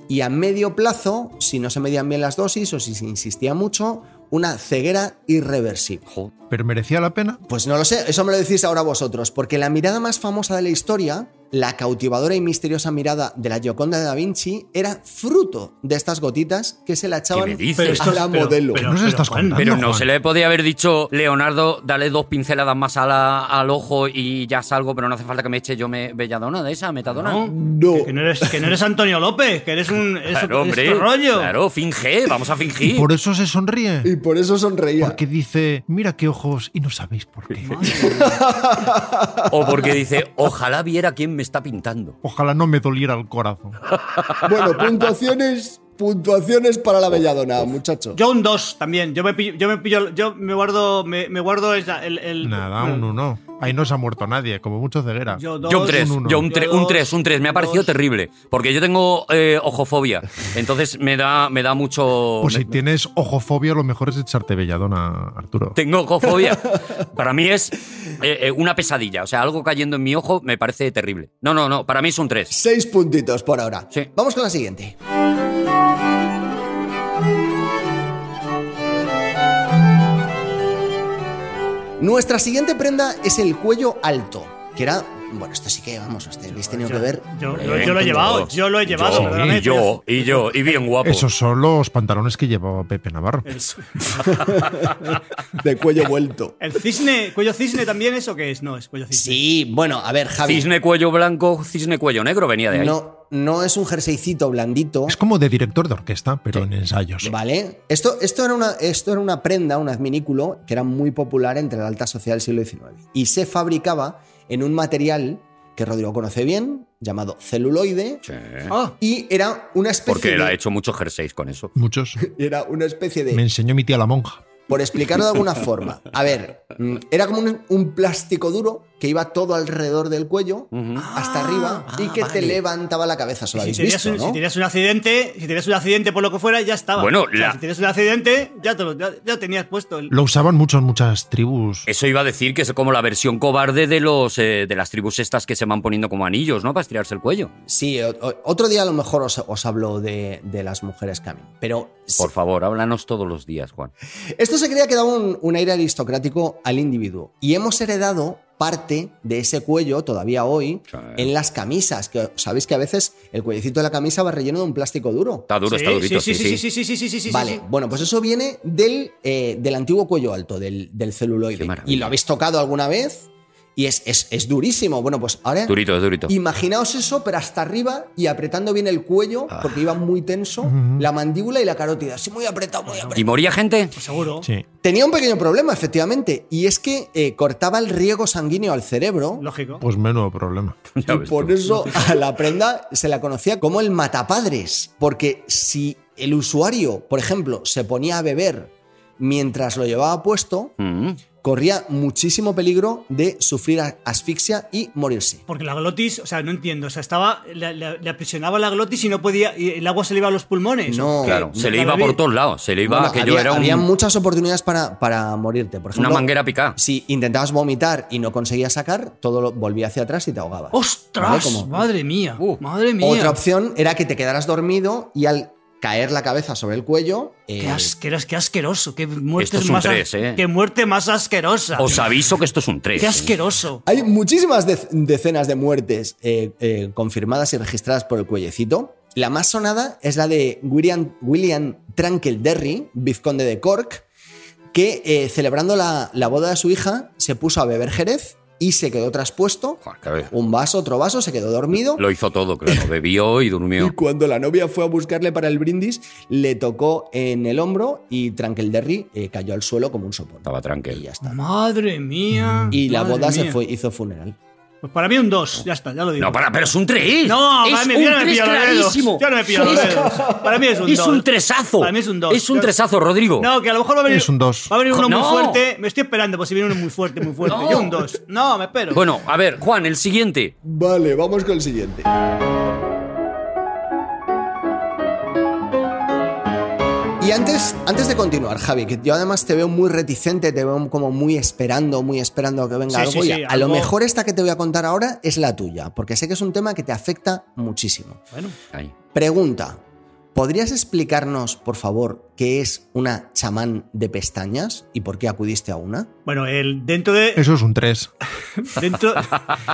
Speaker 3: y a medio plazo, si no se medían bien las dosis o si se insistía mucho, una ceguera irreversible.
Speaker 2: Jo,
Speaker 5: Pero merecía la pena.
Speaker 3: Pues no lo sé, eso me lo decís ahora vosotros, porque la mirada más famosa de la historia, la cautivadora y misteriosa mirada de la Gioconda de Da Vinci, era fruto de estas gotitas que se la
Speaker 2: ¿Qué
Speaker 3: echaban
Speaker 2: me dices?
Speaker 4: Pero esto
Speaker 3: a
Speaker 4: es-
Speaker 3: la
Speaker 4: pero-
Speaker 3: modelo.
Speaker 5: ¿Qué nos estás
Speaker 4: Juan,
Speaker 5: contando?
Speaker 2: Pero no
Speaker 5: Juan?
Speaker 2: se le podía haber dicho, Leonardo, dale dos pinceladas más a la- al ojo y ya salgo, pero no hace falta que me eche yo me belladona de esa, metadona.
Speaker 4: No,
Speaker 3: No.
Speaker 4: Que no, eres, que no eres Antonio López, que eres un. eres
Speaker 2: Claro,
Speaker 4: otro- eres
Speaker 2: hombre.
Speaker 4: otro rollo.
Speaker 2: Claro, finge, vamos a
Speaker 5: Y
Speaker 2: fingir.
Speaker 5: por eso se sonríe.
Speaker 3: Y por eso sonreía.
Speaker 5: Porque dice, mira qué ojos y no sabéis por qué.
Speaker 2: O porque dice, ojalá viera quién me está pintando.
Speaker 5: Ojalá no me doliera el corazón.
Speaker 3: Bueno, puntuaciones, puntuaciones para la belladona, muchacho.
Speaker 4: Yo un 2 también. Yo me pillo, yo me pillo, yo me guardo, me, me guardo esa- el, el-
Speaker 5: Nada,
Speaker 4: bueno,
Speaker 5: un uno. Ahí no se ha muerto nadie, como mucho ceguera.
Speaker 4: Yo dos.
Speaker 2: Yo un 3,
Speaker 5: un uno.
Speaker 2: yo un 3,
Speaker 4: Yo
Speaker 2: un
Speaker 4: dos,
Speaker 2: 3, un 3. Me ha
Speaker 4: dos.
Speaker 2: parecido terrible. Porque yo tengo eh, ojofobia. Entonces me da, me da mucho.
Speaker 5: Pues
Speaker 2: me-
Speaker 5: si tienes ojofobia, lo mejor es echarte belladona, Arturo.
Speaker 2: Tengo ojofobia. Para mí es eh, eh, una pesadilla. O sea, algo cayendo en mi ojo me parece terrible. No, no, no. Para mí es un 3.
Speaker 3: Seis puntitos por ahora.
Speaker 2: Sí.
Speaker 3: Vamos con la siguiente. Nuestra siguiente prenda es el cuello alto, que era. Bueno, esto sí que, vamos, os tenéis tenido que ver.
Speaker 4: Yo, yo- yo lo he llevado, yo lo he llevado, perdóname,
Speaker 2: y yo, y yo, y bien guapo.
Speaker 5: Esos son los pantalones que llevaba Pepe Navarro.
Speaker 4: pero- El,
Speaker 3: De cuello vuelto.
Speaker 4: el cisne, cuello cisne también, ¿eso qué es? No, es cuello cisne.
Speaker 3: Sí, bueno, a ver, Javi.
Speaker 2: Cisne cuello blanco, cisne cuello negro venía de ahí.
Speaker 3: No, no es un jerseycito blandito.
Speaker 5: Es como de director de orquesta, pero en ensayos.
Speaker 3: ¿Vale? Esto, esto, era una, esto era una prenda, un adminículo, que era muy popular entre la alta sociedad del siglo XIX. Y se fabricaba en un material que Rodrigo conoce bien, llamado celuloide,
Speaker 2: Sí.
Speaker 4: Ah,
Speaker 3: y era una especie
Speaker 2: Porque él
Speaker 3: de...
Speaker 2: ha hecho muchos jerseys con eso.
Speaker 5: Muchos.
Speaker 3: Era una especie
Speaker 5: Me
Speaker 3: de...
Speaker 5: enseñó mi tía la monja.
Speaker 3: Por explicarlo de alguna forma. A ver, mm, era como un, un plástico duro que iba todo alrededor del cuello,
Speaker 4: Ah,
Speaker 3: hasta arriba, y que te levantaba la cabeza. Eso lo
Speaker 4: si
Speaker 3: habéis
Speaker 4: tenías,
Speaker 3: visto,
Speaker 4: un,
Speaker 3: ¿no?
Speaker 4: si tenías un accidente, si tenías un accidente por lo que fuera, ya estaba.
Speaker 2: Bueno,
Speaker 4: O sea,
Speaker 2: la-
Speaker 4: si tenías un accidente, ya te lo ya, ya tenías puesto. El...
Speaker 5: Lo usaban mucho en muchas tribus.
Speaker 2: Eso iba a decir que es como la versión cobarde de los eh, de las tribus estas que se van poniendo como anillos, ¿no? Para estirarse el cuello.
Speaker 3: Sí, o- o- otro día a lo mejor os, os hablo de, de las mujeres Camin. Pero
Speaker 2: Por favor, háblanos todos los días, Juan.
Speaker 3: Esto se creía que daba un, un aire aristocrático al individuo y hemos heredado parte de ese cuello todavía hoy en las camisas. Que sabéis que a veces el cuellecito de la camisa va relleno de un plástico duro.
Speaker 2: Está duro, está durito. Sí, sí, sí.
Speaker 4: sí, sí, sí, sí, sí, sí,
Speaker 3: Vale,
Speaker 4: sí.
Speaker 3: bueno, pues eso viene del, eh, del antiguo cuello alto, del, del celuloide.
Speaker 2: Qué maravilla.
Speaker 3: Y lo habéis tocado alguna vez y es, es- es durísimo. Bueno, pues ahora.
Speaker 2: Durito, es durito.
Speaker 3: Imaginaos eso, pero hasta arriba y apretando bien el cuello,
Speaker 2: Ah.
Speaker 3: porque iba muy tenso, la mandíbula y la carótida. Así muy apretado, muy apretado.
Speaker 2: ¿Y moría gente?
Speaker 4: Pues Seguro.
Speaker 5: Sí.
Speaker 3: Tenía un pequeño problema, efectivamente, y es que eh, cortaba el riego sanguíneo al cerebro.
Speaker 4: Lógico.
Speaker 5: Pues menudo problema.
Speaker 2: Ya
Speaker 3: Y
Speaker 2: ves
Speaker 3: por
Speaker 2: tú.
Speaker 3: eso a la prenda se la conocía como el matapadres, porque si el usuario, por ejemplo, se ponía a beber mientras lo llevaba puesto,
Speaker 2: Mm.
Speaker 3: corría muchísimo peligro de sufrir a- asfixia y morirse.
Speaker 4: Porque la glotis, o sea, no entiendo. O sea, estaba. Le, le- le aprisionaba la glotis y no podía. y el agua se le iba a los pulmones.
Speaker 3: No,
Speaker 2: Claro, se le
Speaker 4: Cada
Speaker 2: iba
Speaker 4: vez-
Speaker 2: por todos lados. Se le iba
Speaker 3: Bueno,
Speaker 2: que
Speaker 3: había,
Speaker 2: yo era un-
Speaker 3: había muchas oportunidades para, para morirte. Por
Speaker 2: una
Speaker 3: ejemplo,
Speaker 2: manguera picada.
Speaker 3: si intentabas vomitar y no conseguías sacar, todo lo, volvía hacia atrás y te ahogaba.
Speaker 2: ¡Oh,
Speaker 4: ¡Ostras!
Speaker 3: ¿Vale? Como-
Speaker 4: Madre mía.
Speaker 2: Uh.
Speaker 4: madre mía.
Speaker 3: Otra opción era que te quedaras dormido y al caer la cabeza sobre el cuello, eh,
Speaker 4: Qué, asqueras- qué asqueroso, qué muerte,
Speaker 2: Esto es un
Speaker 4: más as-
Speaker 2: tres, ¿eh?
Speaker 4: qué muerte más asquerosa.
Speaker 2: Os aviso que esto es un 3.
Speaker 4: qué asqueroso.
Speaker 3: Hay muchísimas dec- decenas de muertes eh, eh, confirmadas y registradas por el cuellecito. La más sonada es la de William, William Trankelderry, vizconde de Cork, que eh, celebrando la, la boda de su hija se puso a beber jerez y se quedó
Speaker 2: ¿eh?
Speaker 3: traspuesto. Un vaso, otro vaso, se quedó dormido.
Speaker 2: Lo hizo todo, claro. Bebió y
Speaker 3: Y
Speaker 2: durmió.
Speaker 3: cuando la novia fue a buscarle para el brindis, le tocó en el hombro y Trankelderry eh, cayó al suelo como un sopor.
Speaker 2: Estaba
Speaker 3: Y
Speaker 2: tranquilo.
Speaker 3: ya está.
Speaker 4: Madre mía.
Speaker 3: Y la
Speaker 4: madre
Speaker 3: boda se
Speaker 4: mía.
Speaker 3: fue, hizo funeral.
Speaker 4: Pues para mí un 2, ya está, ya lo digo.
Speaker 2: No, para, pero es un 3.
Speaker 4: No,
Speaker 10: Es
Speaker 4: para mí
Speaker 10: un
Speaker 4: ya no me
Speaker 10: tres
Speaker 4: pillo los dedos.
Speaker 10: clarísimo.
Speaker 4: Ya no me pillo los
Speaker 10: Es-
Speaker 4: dedos. Para mí es un
Speaker 10: Es
Speaker 4: 2.
Speaker 10: un tresazo.
Speaker 4: Para mí es un dos.
Speaker 10: Es un tresazo, Rodrigo.
Speaker 4: No, que a lo mejor va a venir,
Speaker 5: Es un dos.
Speaker 4: Va a venir uno
Speaker 10: No.
Speaker 4: muy fuerte. Me estoy esperando, pues si viene uno muy fuerte, muy fuerte.
Speaker 10: No.
Speaker 4: Yo un 2. No, me espero.
Speaker 2: Bueno, a ver, Juan, el siguiente.
Speaker 3: Vale, vamos con el siguiente. Y antes, antes de continuar, Javi, que yo además te veo muy reticente, te veo como muy esperando, muy esperando a que venga
Speaker 4: Sí,
Speaker 3: algo.
Speaker 4: sí,
Speaker 3: y
Speaker 4: sí,
Speaker 3: a, a lo
Speaker 4: algo-
Speaker 3: mejor esta que te voy a contar ahora es la tuya, porque sé que es un tema que te afecta muchísimo.
Speaker 4: Bueno.
Speaker 2: Ahí.
Speaker 3: Pregunta: ¿podrías explicarnos, por favor, qué es una chamán de pestañas y por qué acudiste a una?
Speaker 4: Bueno, el, dentro de.
Speaker 5: Eso es un 3.
Speaker 4: Dentro,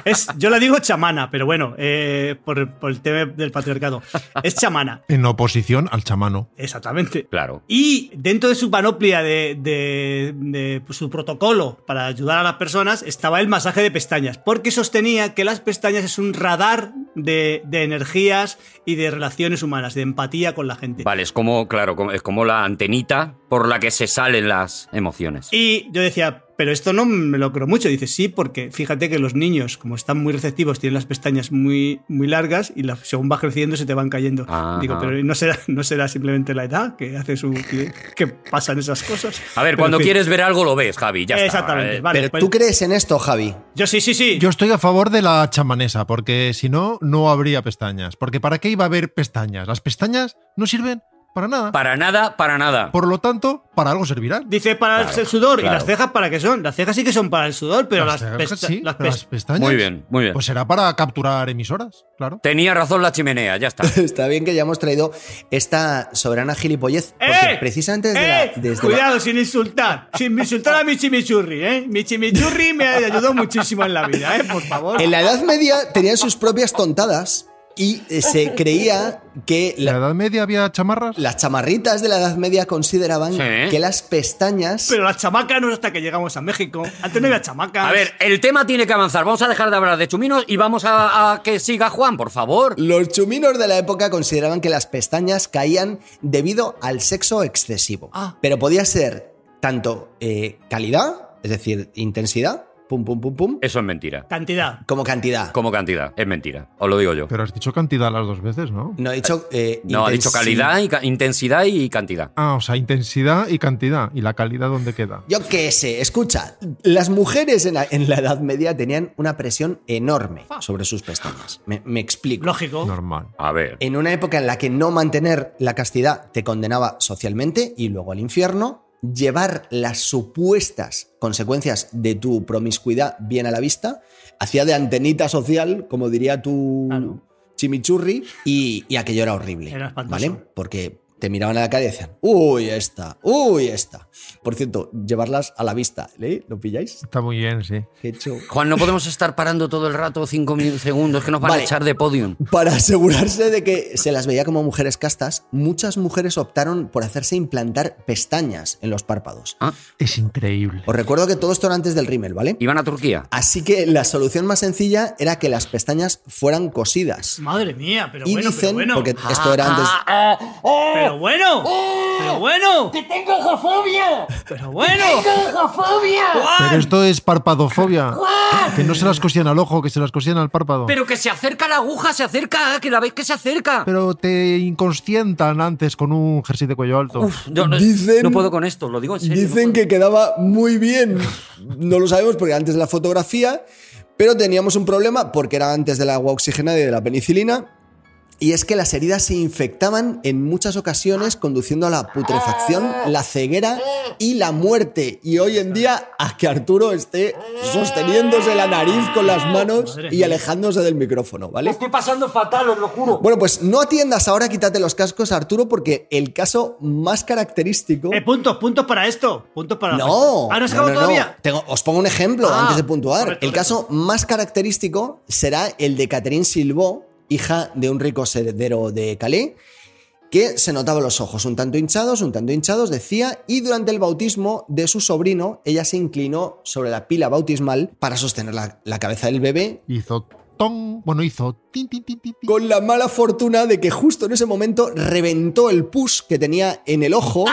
Speaker 4: es, yo la digo chamana, pero bueno, eh, por, por el tema del patriarcado. Es chamana,
Speaker 5: En oposición al chamano.
Speaker 4: exactamente.
Speaker 2: Claro.
Speaker 4: Y dentro de su panoplia de, de- de pues, su protocolo para ayudar a las personas estaba el masaje de pestañas, porque sostenía que las pestañas es un radar de, de energías y de relaciones humanas, de empatía con la gente.
Speaker 2: Vale, es como, claro, como- es como la antenita por la que se salen las emociones.
Speaker 4: Y yo decía, pero esto no me lo creo mucho. Dice, sí, porque fíjate que los niños, como están muy receptivos, tienen las pestañas muy, muy largas y las- según vas creciendo se te van cayendo.
Speaker 2: Ajá.
Speaker 4: Digo, pero no será, no será simplemente la edad que hace su. que, que pasan esas cosas.
Speaker 2: A ver,
Speaker 4: Pero,
Speaker 2: cuando
Speaker 4: en fin.
Speaker 2: quieres ver algo lo ves, Javi, ya está.
Speaker 4: Exactamente,
Speaker 2: Eh,
Speaker 4: vale.
Speaker 3: Pero
Speaker 4: pues-
Speaker 3: tú crees en esto, Javi.
Speaker 4: yo sí, sí, sí.
Speaker 5: Yo estoy a favor de la chamanesa, porque si no, no habría pestañas. Porque ¿para qué iba a haber pestañas? Las pestañas no sirven para nada.
Speaker 2: Para nada, para nada.
Speaker 5: Por lo tanto, para algo servirán.
Speaker 4: Dice para el-
Speaker 2: Claro,
Speaker 4: el sudor. ¿Y
Speaker 2: claro.
Speaker 4: las cejas para qué son? Las cejas sí que son para el sudor, pero las,
Speaker 5: cejas
Speaker 4: pesta-
Speaker 5: sí,
Speaker 4: las
Speaker 5: pero
Speaker 4: pes-
Speaker 5: las pestañas.
Speaker 2: Muy bien, muy bien.
Speaker 5: Pues será para capturar emisoras, claro.
Speaker 2: Tenía razón la chimenea, ya está.
Speaker 3: Está bien que ya hemos traído esta soberana gilipollez, porque
Speaker 4: ¡Eh!
Speaker 3: precisamente desde,
Speaker 4: ¡Eh!
Speaker 3: la, desde la-
Speaker 4: Cuidado, sin insultar. Sin insultar a mi chimichurri, ¿eh? Mi chimichurri me ayudó muchísimo en la vida, ¿eh? Por favor.
Speaker 3: En la Edad Media tenían sus propias tontadas y eh, se creía que
Speaker 5: En la
Speaker 3: la-
Speaker 5: Edad Media había chamarras.
Speaker 3: las chamarritas de la Edad Media consideraban
Speaker 2: Sí.
Speaker 3: que las pestañas...
Speaker 4: Pero las chamacas no es hasta que llegamos a México. Antes no había chamacas.
Speaker 2: A ver, el tema tiene que avanzar. Vamos a dejar de hablar de chuminos y vamos a, a que siga Juan, por favor.
Speaker 3: Los chuminos de la época consideraban que las pestañas caían debido al sexo excesivo.
Speaker 4: Ah.
Speaker 3: Pero podía ser tanto eh, calidad, es decir, intensidad, pum, pum, pum, pum,
Speaker 2: Eso es mentira.
Speaker 4: Cantidad.
Speaker 3: como cantidad.
Speaker 2: Como cantidad, es mentira. Os lo digo yo.
Speaker 5: Pero has dicho cantidad las dos veces, ¿no?
Speaker 3: No, he dicho... eh,
Speaker 2: No, ha dicho
Speaker 3: intensi-
Speaker 2: calidad, y ca- intensidad y cantidad.
Speaker 5: Ah, o sea, intensidad y cantidad. ¿Y la calidad dónde queda?
Speaker 3: Yo qué sé, escucha, las mujeres en la, en la Edad Media tenían una presión enorme sobre sus pestañas. Me, me explico.
Speaker 4: Lógico.
Speaker 5: Normal.
Speaker 2: A ver.
Speaker 3: En una época en la que no mantener la castidad te condenaba socialmente y luego al infierno, llevar las supuestas consecuencias de tu promiscuidad bien a la vista hacía de antenita social, como diría tu
Speaker 4: Claro.
Speaker 3: chimichurri, y, y aquello era horrible.
Speaker 4: Era espantoso.
Speaker 3: ¿Vale? Porque te miraban a la cara y decían, uy, esta, uy, esta. Por cierto, llevarlas a la vista, ¿eh? ¿Lo pilláis?
Speaker 5: Está muy bien, sí.
Speaker 3: Qué hecho.
Speaker 2: Juan, no podemos estar parando todo el rato cinco mil segundos que nos van
Speaker 3: Vale.
Speaker 2: a echar de podium.
Speaker 3: Para asegurarse de que se las veía como mujeres castas, muchas mujeres optaron por hacerse implantar pestañas en los párpados.
Speaker 2: Ah.
Speaker 5: Es increíble.
Speaker 3: Os recuerdo que todo esto era antes del rímel, ¿vale?
Speaker 2: Iban a Turquía.
Speaker 3: Así que la solución más sencilla era que las pestañas fueran cosidas.
Speaker 4: Madre mía, pero
Speaker 3: y
Speaker 4: bueno,
Speaker 3: dicen,
Speaker 4: pero bueno. Ah,
Speaker 3: porque
Speaker 2: Ah,
Speaker 3: esto era antes.
Speaker 4: Pero bueno, pero bueno,
Speaker 7: ¡Que tengo gafobia!
Speaker 4: pero bueno. Ah,
Speaker 7: ¡Tengo gafobia!
Speaker 5: Pero esto es parpadofobia. Que no se las cosían al ojo, que se las cosían al párpado.
Speaker 2: Pero que se acerca la aguja, se
Speaker 4: ah,
Speaker 2: acerca, que la veis que se acerca.
Speaker 5: Pero te inconscientan antes con un jersey de cuello alto.
Speaker 2: Uf, yo no,
Speaker 3: Dicen-
Speaker 2: no puedo con esto, lo digo en serio. no
Speaker 3: Dicen
Speaker 2: puedo.
Speaker 3: que quedaba muy bien. No lo sabemos porque antes de la fotografía, pero teníamos un problema porque era antes del agua oxigenada y de la penicilina. Y es que las heridas se infectaban en muchas ocasiones conduciendo a la putrefacción, la ceguera y la muerte. Y hoy en día a que Arturo esté sosteniéndose la nariz con las manos
Speaker 4: Madre
Speaker 3: y
Speaker 4: mía.
Speaker 3: alejándose del micrófono, ¿vale?
Speaker 11: estoy pasando fatal, os lo juro.
Speaker 3: Bueno, pues no atiendas ahora, quítate los cascos, Arturo, porque el caso más característico...
Speaker 4: Eh, puntos, puntos para esto. Puntos para.
Speaker 3: No.
Speaker 4: Ah, no se acabó todavía.
Speaker 3: Tengo- os pongo un ejemplo
Speaker 4: Ah,
Speaker 3: antes de puntuar.
Speaker 4: correcto,
Speaker 3: el caso más característico será el de Catherine Silvaux, hija de un rico heredero de Calais, que se notaba los ojos un tanto hinchados, un tanto hinchados, decía, y durante el bautismo de su sobrino, ella se inclinó sobre la pila bautismal para sostener la, la cabeza del bebé.
Speaker 5: Hizo ton. Bueno, hizo tin, tin, tin, tin, tin.
Speaker 3: Con la mala fortuna de que justo en ese momento reventó el pus que tenía en el ojo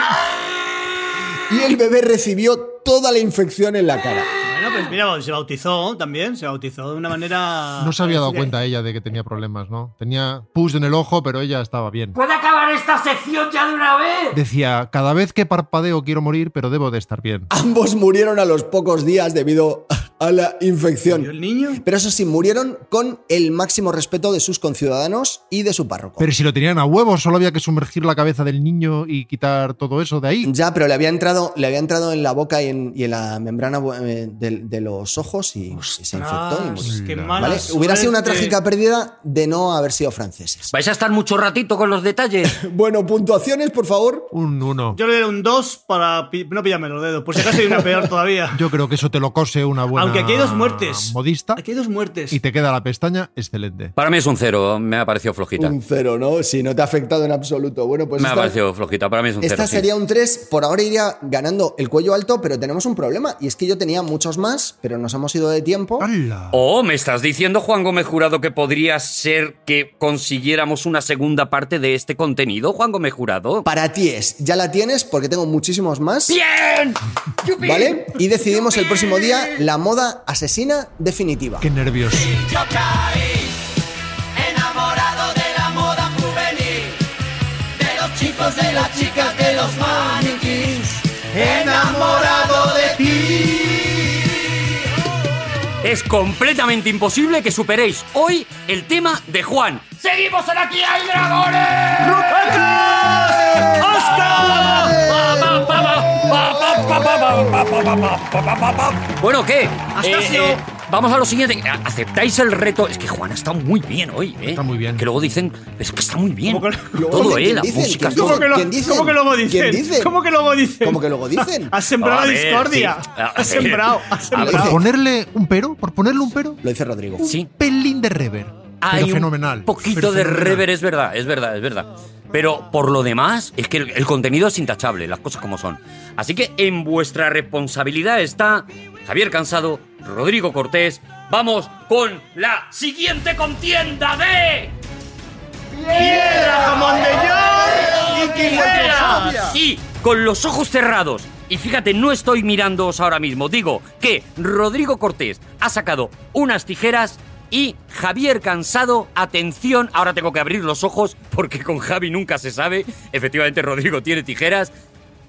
Speaker 3: y el bebé recibió toda la infección en la cara.
Speaker 4: Bueno, pues mira, se bautizó también, se bautizó de una manera.
Speaker 5: No se había dado cuenta ella de que tenía problemas, ¿no? Tenía pus en el ojo, pero ella estaba bien.
Speaker 11: ¿Puede acabar esta sección ya de una vez?
Speaker 5: Decía, cada vez que parpadeo quiero morir, pero debo de estar bien.
Speaker 3: Ambos murieron a los pocos días debido a la
Speaker 4: ¿Vio
Speaker 3: infección.
Speaker 4: el niño?
Speaker 3: Pero eso sí, murieron con el máximo respeto de sus conciudadanos y de su párroco.
Speaker 5: Pero si lo tenían a huevo, solo había que sumergir la cabeza del niño y quitar todo eso de ahí.
Speaker 3: ya, pero le había entrado, le había entrado en la boca y en, y en la membrana eh, de, de los ojos y, y se infectó. y murió.
Speaker 4: Ostras, qué
Speaker 5: ¿Vale?
Speaker 4: mala
Speaker 3: ¿Vale? Hubiera sido una
Speaker 4: suerte.
Speaker 3: trágica pérdida de no haber sido franceses.
Speaker 2: Vais a estar mucho ratito con los detalles.
Speaker 3: Bueno, puntuaciones, por favor.
Speaker 5: Un uno.
Speaker 4: Yo le doy un 2 para pi- no pillarme los dedos. Por si acaso hay una peor todavía.
Speaker 5: Yo creo que eso te lo cose una buena.
Speaker 4: Aunque aquí hay dos muertes.
Speaker 5: Modista.
Speaker 4: Aquí hay dos muertes.
Speaker 5: Y te queda la pestaña excelente.
Speaker 2: Para mí es un cero, me ha parecido flojita.
Speaker 3: Un cero, ¿no? Si no te ha afectado en absoluto. Bueno, pues
Speaker 2: me ha
Speaker 3: esta-
Speaker 2: parecido flojita, para mí es un
Speaker 3: Esta
Speaker 2: cero. sí.
Speaker 3: sería un 3, por ahora iría ganando el cuello alto, pero tenemos un problema, y es que yo tenía muchos más, pero nos hemos ido de tiempo.
Speaker 5: ¡Hala!
Speaker 2: Oh, me estás diciendo, Juan Gómez Jurado, que podría ser que consiguiéramos una segunda parte de este contenido, Juan Gómez Jurado.
Speaker 3: Para ti es, ya la tienes porque tengo muchísimos más.
Speaker 2: ¡Bien! ¡Yupi!
Speaker 3: ¿Vale? Y decidimos el próximo día la moda asesina definitiva.
Speaker 5: ¡Qué nervios!
Speaker 7: Yo caí enamorado de la moda juvenil, de los chicos, de las chicas, de los maniquís, enamorado de ti.
Speaker 2: Es completamente imposible que superéis hoy el tema de Juan.
Speaker 7: ¡Seguimos en Aquí hay dragones!
Speaker 2: Bueno, ¿qué? Eh,
Speaker 4: Astasio.
Speaker 2: vamos a lo siguiente. A- ¿Aceptáis el reto? Es que Juan ha estado muy bien hoy, ¿eh?
Speaker 5: Está muy bien.
Speaker 2: Que luego dicen, es que está muy bien.
Speaker 4: ¿Cómo que-
Speaker 2: Todo,
Speaker 3: dicen?
Speaker 2: ¿eh?
Speaker 3: ¿Quién
Speaker 2: La
Speaker 3: dicen?
Speaker 2: música,
Speaker 3: ¿Quién
Speaker 2: todo.
Speaker 4: ¿Cómo que, lo-
Speaker 3: ¿Quién dicen?
Speaker 4: cómo que luego
Speaker 3: ¿Quién
Speaker 4: dicen?
Speaker 3: dicen?
Speaker 4: ¿Cómo que luego dicen?
Speaker 3: Como que luego dicen.
Speaker 4: Has sembrado
Speaker 2: A
Speaker 4: la
Speaker 2: ver,
Speaker 4: discordia.
Speaker 2: sí. A
Speaker 4: Has
Speaker 2: ver.
Speaker 4: sembrado, has
Speaker 2: A ver.
Speaker 5: Por
Speaker 4: sembrado.
Speaker 5: ponerle un pero, por ponerle un pero,
Speaker 3: Lo dice Rodrigo.
Speaker 5: un
Speaker 2: Sí.
Speaker 5: pelín de rever.
Speaker 2: Hay
Speaker 5: pero fenomenal.
Speaker 2: Un poquito
Speaker 5: pero
Speaker 2: de
Speaker 5: fenomenal.
Speaker 2: rever, eh, es verdad, es verdad, es verdad. Pero por lo demás, es que el, el contenido es intachable, las cosas como son. Así que en vuestra responsabilidad está Javier Cansado, Rodrigo Cortés. Vamos con la siguiente contienda de.
Speaker 4: ¡Piedra, jamón de york y quijeras!
Speaker 2: Y con los ojos cerrados. Y fíjate, no estoy mirándoos ahora mismo. Digo que Rodrigo Cortés ha sacado unas tijeras y Javier Cansado, atención, ahora tengo que abrir los ojos porque con Javi nunca se sabe. Efectivamente, Rodrigo tiene tijeras.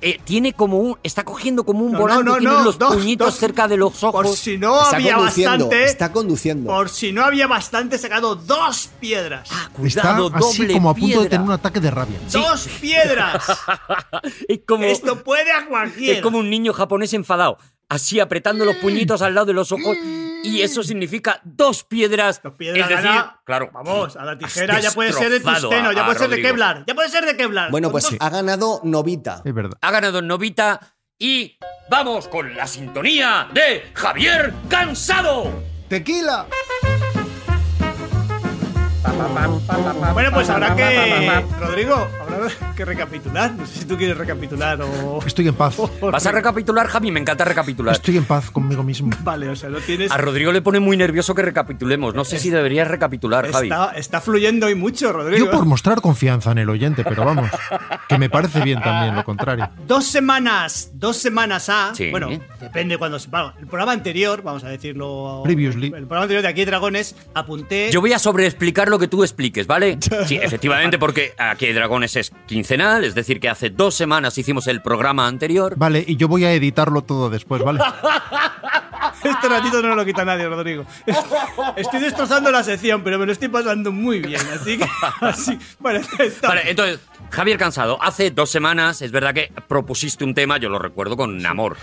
Speaker 2: Eh, tiene como un. Está cogiendo como un
Speaker 4: No,
Speaker 2: volante,
Speaker 4: no, no,
Speaker 2: tiene
Speaker 4: no,
Speaker 2: los
Speaker 4: dos,
Speaker 2: puñitos
Speaker 4: dos.
Speaker 2: cerca de los ojos.
Speaker 4: Por si no
Speaker 3: Está
Speaker 4: había
Speaker 3: conduciendo,
Speaker 4: bastante.
Speaker 3: está conduciendo. Ah,
Speaker 4: Por si no había bastante, he sacado dos piedras.
Speaker 5: Está
Speaker 2: Ah, Cuidado,
Speaker 5: así
Speaker 2: doble
Speaker 5: como a punto de
Speaker 2: piedra.
Speaker 5: tener un ataque de rabia.
Speaker 4: ¡Dos piedras!
Speaker 2: Es como-
Speaker 4: Esto puede a
Speaker 2: Es
Speaker 4: cualquiera. Mm.
Speaker 2: como un niño japonés enfadado, así apretando los puñitos al lado de los ojos y eso significa dos piedras.
Speaker 4: Dos piedras,
Speaker 2: es decir,
Speaker 4: Ana,
Speaker 2: claro,
Speaker 4: Vamos, a la
Speaker 2: has
Speaker 4: tijera ya puede ser de
Speaker 2: destrozado
Speaker 4: tusteno,
Speaker 2: a-
Speaker 4: ya
Speaker 2: a
Speaker 4: puede ser de
Speaker 2: Rodrigo.
Speaker 4: Kevlar, ya puede ser de Kevlar.
Speaker 3: Bueno,
Speaker 4: Con
Speaker 3: pues
Speaker 4: dos-
Speaker 3: ha ganado Novita.
Speaker 5: Es verdad.
Speaker 2: Ha ganado Novita y vamos con la sintonía de Javier Cansado.
Speaker 12: Tequila.
Speaker 4: Bueno, pues habrá que. Rodrigo, habrá que recapitular. No sé si tú quieres recapitular o.
Speaker 5: Estoy en paz.
Speaker 2: ¿Vas a recapitular, Javi? Me encanta recapitular.
Speaker 5: Estoy en paz conmigo mismo.
Speaker 4: Vale, o sea, no tienes.
Speaker 2: A Rodrigo le pone muy nervioso que recapitulemos. No sé si deberías recapitular, Javi.
Speaker 4: Está, está fluyendo hoy mucho, Rodrigo.
Speaker 5: Yo por mostrar confianza en el oyente, pero vamos, que me parece bien también lo contrario.
Speaker 4: Dos semanas, dos semanas a.
Speaker 2: Sí.
Speaker 4: Bueno, depende cuando se bueno, El programa anterior, vamos a decirlo.
Speaker 5: Previously.
Speaker 4: El programa anterior de Aquí hay Dragones, apunté.
Speaker 2: Yo voy a sobreexplicar lo que tú expliques, ¿vale? Sí, efectivamente, porque aquí hay Dragones es quincenal, es decir, que hace dos semanas hicimos el programa anterior.
Speaker 5: Vale, y yo voy a editarlo todo después, ¿vale?
Speaker 4: Este ratito no lo quita nadie, Rodrigo. Estoy destrozando la sección, pero me lo estoy pasando muy bien. Así que. Así, bueno, está-
Speaker 2: Vale, entonces, Javier Cansado, hace dos semanas es verdad que propusiste un tema, yo lo recuerdo con amor.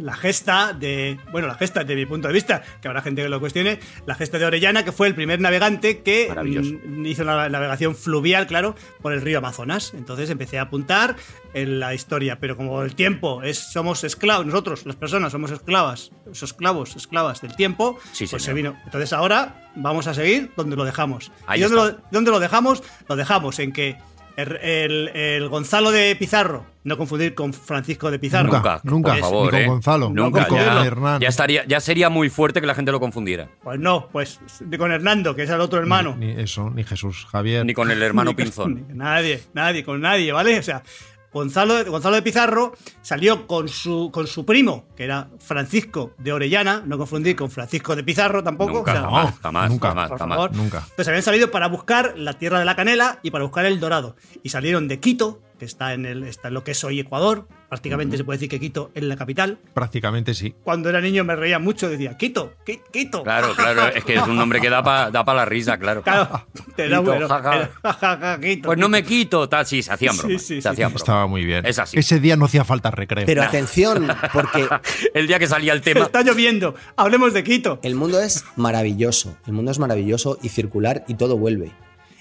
Speaker 4: la gesta de. Bueno, la gesta de mi punto de vista, que habrá gente que lo cuestione. La gesta de Orellana, que fue el primer navegante que
Speaker 2: Maravilloso.
Speaker 4: mm, hizo la navegación fluvial, claro, por el río Amazonas. Entonces empecé a apuntar en la historia. Pero como el tiempo es. Somos esclavos, nosotros, las personas, somos esclavas, somos esclavos, esclavas del tiempo.
Speaker 2: Sí,
Speaker 4: pues
Speaker 2: señor.
Speaker 4: se vino. Entonces ahora vamos a seguir donde lo dejamos.
Speaker 2: Ahí
Speaker 4: ¿Y dónde
Speaker 2: está.
Speaker 4: lo, dónde lo dejamos? Lo dejamos en que. El, el- el Gonzalo de Pizarro, no confundir con Francisco de Pizarro.
Speaker 5: Nunca, nunca,
Speaker 2: por favor,
Speaker 5: ni con
Speaker 2: ¿eh?
Speaker 5: Gonzalo, ni
Speaker 2: Nunca,
Speaker 5: con
Speaker 2: ya,
Speaker 5: Hernán.
Speaker 2: ya estaría, ya sería muy fuerte que la gente lo confundiera.
Speaker 4: Pues no, pues de- con Hernando, que es el otro hermano.
Speaker 5: Ni, ni eso, ni Jesús, Javier.
Speaker 2: Ni con el hermano Pinzón.
Speaker 4: Nadie, nadie, con nadie, ¿vale? O sea, Gonzalo, Gonzalo de Pizarro salió con su, con su primo, que era Francisco de Orellana, no confundir con Francisco de Pizarro tampoco.
Speaker 2: Nunca,
Speaker 4: o sea,
Speaker 2: jamás, jamás,
Speaker 5: nunca,
Speaker 2: jamás,
Speaker 4: por
Speaker 2: jamás.
Speaker 4: favor.
Speaker 5: nunca.
Speaker 4: Entonces habían salido para buscar la tierra de la canela y para buscar el dorado. Y salieron de Quito, que está en, el, está en lo que es hoy Ecuador. Prácticamente se puede decir que Quito es la capital.
Speaker 5: Prácticamente sí.
Speaker 4: Cuando era niño me reía mucho, decía, Quito, Qui- Quito.
Speaker 2: Claro, claro, es que es un nombre que da para da pa la risa, claro.
Speaker 4: Claro, te da
Speaker 2: Quito,
Speaker 4: bueno,
Speaker 2: jaja.
Speaker 4: era- jaja, Quito,
Speaker 2: Pues no
Speaker 4: Quito.
Speaker 2: me quito, tal, sí, se hacían
Speaker 4: Sí,
Speaker 2: bromas.
Speaker 4: sí,
Speaker 2: se
Speaker 4: sí.
Speaker 2: hacían bromas.
Speaker 5: Estaba muy bien.
Speaker 2: Es así.
Speaker 5: Ese día no hacía falta recreo.
Speaker 3: Pero atención, porque
Speaker 2: El día que salía el tema.
Speaker 4: Está lloviendo. Hablemos de
Speaker 2: Eh.
Speaker 4: Quito.
Speaker 3: el mundo es maravilloso. El mundo es maravilloso y circular y todo vuelve.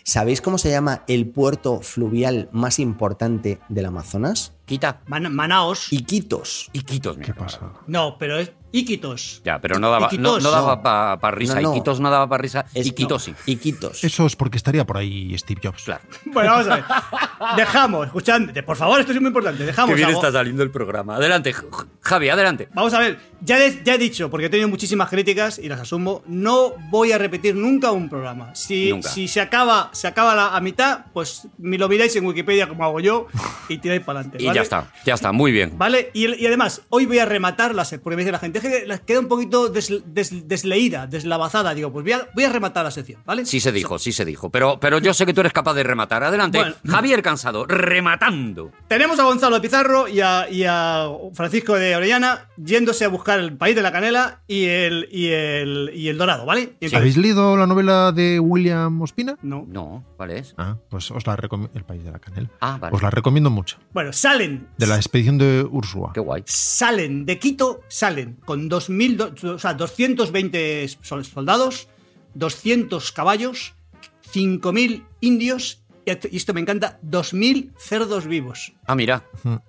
Speaker 3: ¿Sabéis cómo se llama el puerto fluvial más importante del Amazonas?
Speaker 2: Quita.
Speaker 4: Man- Manaos.
Speaker 3: Iquitos.
Speaker 2: Y quitos, mira.
Speaker 5: ¿Qué pasa?
Speaker 4: No, pero es Iquitos.
Speaker 2: Ya, pero no daba, no,
Speaker 4: Iquitos.
Speaker 2: no daba para risa.
Speaker 3: No, no.
Speaker 2: Y quitos no daba para risa.
Speaker 3: Es-
Speaker 2: y quitos sí.
Speaker 3: no, Iquitos.
Speaker 5: Eso es porque estaría por ahí Steve Jobs.
Speaker 2: Claro.
Speaker 4: Bueno, vamos a ver. Dejamos, escuchadme. Por favor, esto es muy importante. Dejamos.
Speaker 2: Qué bien
Speaker 4: a-
Speaker 2: está saliendo el programa. Adelante, J- Javi, adelante.
Speaker 4: Vamos a ver, ya, de- ya he dicho, porque he tenido muchísimas críticas y las asumo, no voy a repetir nunca un programa. Si,
Speaker 2: Nunca.
Speaker 4: si se acaba, se acaba la, a mitad, pues me lo miráis en Wikipedia como hago yo y tiráis para adelante.
Speaker 2: Y ya está, ya está, muy bien.
Speaker 4: ¿Vale? Y, y además, hoy voy a rematar la sección. Porque me dice la gente, "Es que las queda un poquito des- des- desleída, deslavazada. Digo, pues voy a, voy a rematar la sección, ¿vale?
Speaker 2: Sí se dijo, sí se dijo. Pero, pero yo sé que tú eres capaz de rematar. Adelante,
Speaker 4: Bueno.
Speaker 2: Javier Cansado, rematando.
Speaker 4: Tenemos a Gonzalo de Pizarro y a, y a Francisco de Orellana yéndose a buscar el país de la canela y el, y el, y el dorado, ¿vale? Y entonces-
Speaker 5: ¿Habéis leído la novela de William Ospina?
Speaker 4: No.
Speaker 2: No, ¿cuál es?
Speaker 5: Ah, pues os la recomiendo. El país de la canela.
Speaker 2: Ah, vale.
Speaker 5: Os la recomiendo mucho.
Speaker 4: Bueno, salen.
Speaker 5: De la expedición de Ursúa.
Speaker 2: Qué guay.
Speaker 4: Salen de Quito, salen con 2000, do- o sea, 220 sol- soldados, 200 caballos, 5000 indios y et- y esto me encanta, 2000 cerdos vivos.
Speaker 2: Ah, mira.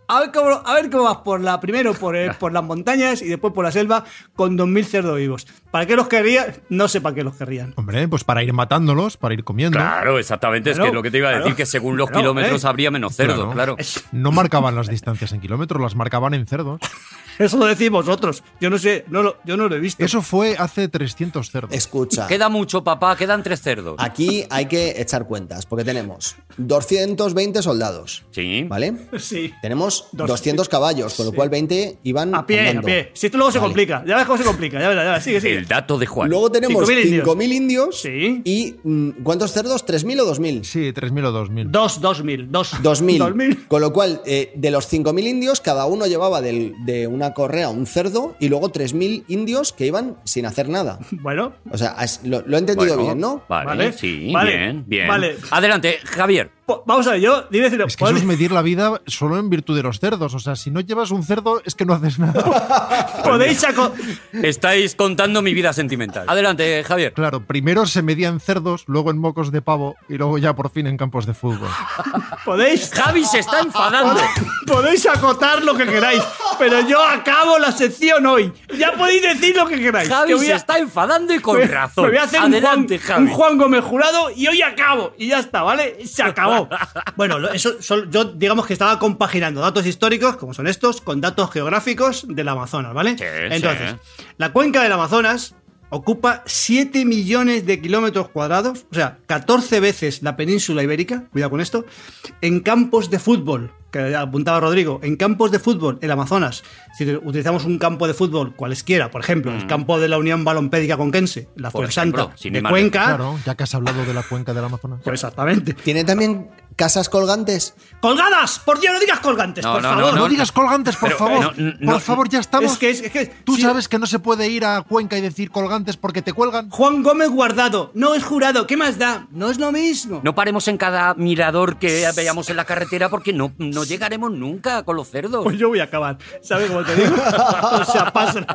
Speaker 4: A ver cómo, a ver cómo vas por la, primero por, eh, por las montañas y después por la selva con 2.000 cerdos vivos. ¿Para qué los querrían? No sé para qué los querrían.
Speaker 5: Hombre, pues para ir matándolos, para ir comiendo.
Speaker 2: Claro, exactamente. es
Speaker 4: Claro,
Speaker 2: que lo que te iba a decir,
Speaker 4: claro.
Speaker 2: que según los
Speaker 4: Claro,
Speaker 2: kilómetros
Speaker 4: ¿eh?
Speaker 2: habría menos cerdo,
Speaker 5: Claro.
Speaker 2: claro.
Speaker 5: No marcaban las distancias en kilómetros, las marcaban en cerdos.
Speaker 4: Eso lo decís vosotros. Yo no sé, no lo- yo no lo he visto.
Speaker 5: Eso fue hace 300 cerdos.
Speaker 3: Escucha.
Speaker 2: Queda mucho, papá, quedan tres cerdos.
Speaker 3: Aquí hay que echar cuentas, porque tenemos 220 soldados,
Speaker 2: Sí.
Speaker 3: ¿vale?
Speaker 4: Sí.
Speaker 3: Tenemos
Speaker 4: Dos-
Speaker 3: 200 caballos, con lo cual 20 iban
Speaker 4: A pie, a
Speaker 3: andando.
Speaker 4: pie. Si esto luego se
Speaker 3: Vale.
Speaker 4: complica. Ya ves cómo se complica. Ya verás, ya verás. Sigue, sigue.
Speaker 2: El dato de Juan.
Speaker 3: Luego tenemos
Speaker 4: 5.000 indios.
Speaker 3: 5.000 indios.
Speaker 4: Sí.
Speaker 3: ¿Y mm, cuántos cerdos? ¿3.000 o 2.000?
Speaker 5: Sí, 3.000 o 2.000.
Speaker 4: Dos, dos mil. Dos.
Speaker 3: 2.000.
Speaker 4: Dos mil.
Speaker 3: Con lo cual, eh, de los 5.000 indios, cada uno llevaba del- de una correa un cerdo y luego 3.000 indios que iban sin hacer nada.
Speaker 4: Bueno,
Speaker 3: O sea, has- lo, lo he entendido
Speaker 2: Bueno,
Speaker 3: bien, ¿no?
Speaker 2: Vale,
Speaker 4: Vale,
Speaker 2: sí,
Speaker 4: vale,
Speaker 2: bien, bien.
Speaker 4: vale.
Speaker 2: Adelante, Javier.
Speaker 4: po- vamos a ver, yo dime decirlo.
Speaker 5: Es que eso es medir la vida solo en virtud de los cerdos. O sea, si no llevas un cerdo, es que no haces nada.
Speaker 4: podéis saco-
Speaker 2: Estáis contando mi vida sentimental. Adelante, Javier.
Speaker 5: Claro, primero se medía en cerdos, luego en mocos de pavo y luego ya por fin en campos de fútbol.
Speaker 4: podéis
Speaker 2: Javi se está enfadando.
Speaker 4: Podéis acotar lo que queráis, pero yo acabo la sección hoy. Ya podéis decir lo que queráis.
Speaker 2: Javi
Speaker 4: Que voy
Speaker 2: se
Speaker 4: a-
Speaker 2: está enfadando y con
Speaker 4: me-
Speaker 2: razón.
Speaker 4: me voy a hacer un
Speaker 2: Adelante,
Speaker 4: Juan,
Speaker 2: Javi.
Speaker 4: un Juan Gómez jurado y hoy acabo. Y ya está, ¿vale? Se acabó. bueno, lo- eso, sol- yo digamos que estaba compaginando datos históricos, como son estos, con datos geográficos del Amazonas, ¿vale?
Speaker 2: Sí,
Speaker 4: Entonces, la cuenca del Amazonas ocupa 7 millones de kilómetros cuadrados, o sea, 14 veces la península ibérica, cuidado con esto, en campos de fútbol, que apuntaba Rodrigo, en campos de fútbol, el Amazonas, si utilizamos un campo de fútbol cualesquiera, por ejemplo, el campo de la Unión Balompédica Conquense, la
Speaker 2: Mm. Por
Speaker 4: Fuensanta
Speaker 2: ejemplo, sin
Speaker 4: de
Speaker 2: ir más
Speaker 4: Cuenca,
Speaker 5: Claro, ya que has hablado de la cuenca del Amazonas.
Speaker 4: pues exactamente.
Speaker 3: ¿Tiene también casas colgantes?
Speaker 4: ¡Colgadas! ¡Por Dios, no digas colgantes,
Speaker 2: No,
Speaker 4: por
Speaker 2: no,
Speaker 4: favor!
Speaker 5: No digas colgantes, por
Speaker 2: Pero,
Speaker 5: favor.
Speaker 2: eh, no, no,
Speaker 5: por
Speaker 2: no,
Speaker 5: favor, ya estamos.
Speaker 4: Es que, es, es que
Speaker 5: Tú
Speaker 4: si-
Speaker 5: sabes que no se puede ir a Cuenca y decir colgantes porque te
Speaker 3: Eh,
Speaker 5: cuelgan.
Speaker 4: Juan Gómez Guardado, no es jurado, ¿qué más da? No es lo mismo.
Speaker 2: No paremos en cada mirador que veamos en la carretera porque no, no llegaremos nunca con los cerdos.
Speaker 4: Pues yo voy a acabar, ¿sabes cómo te digo? o sea, pasa.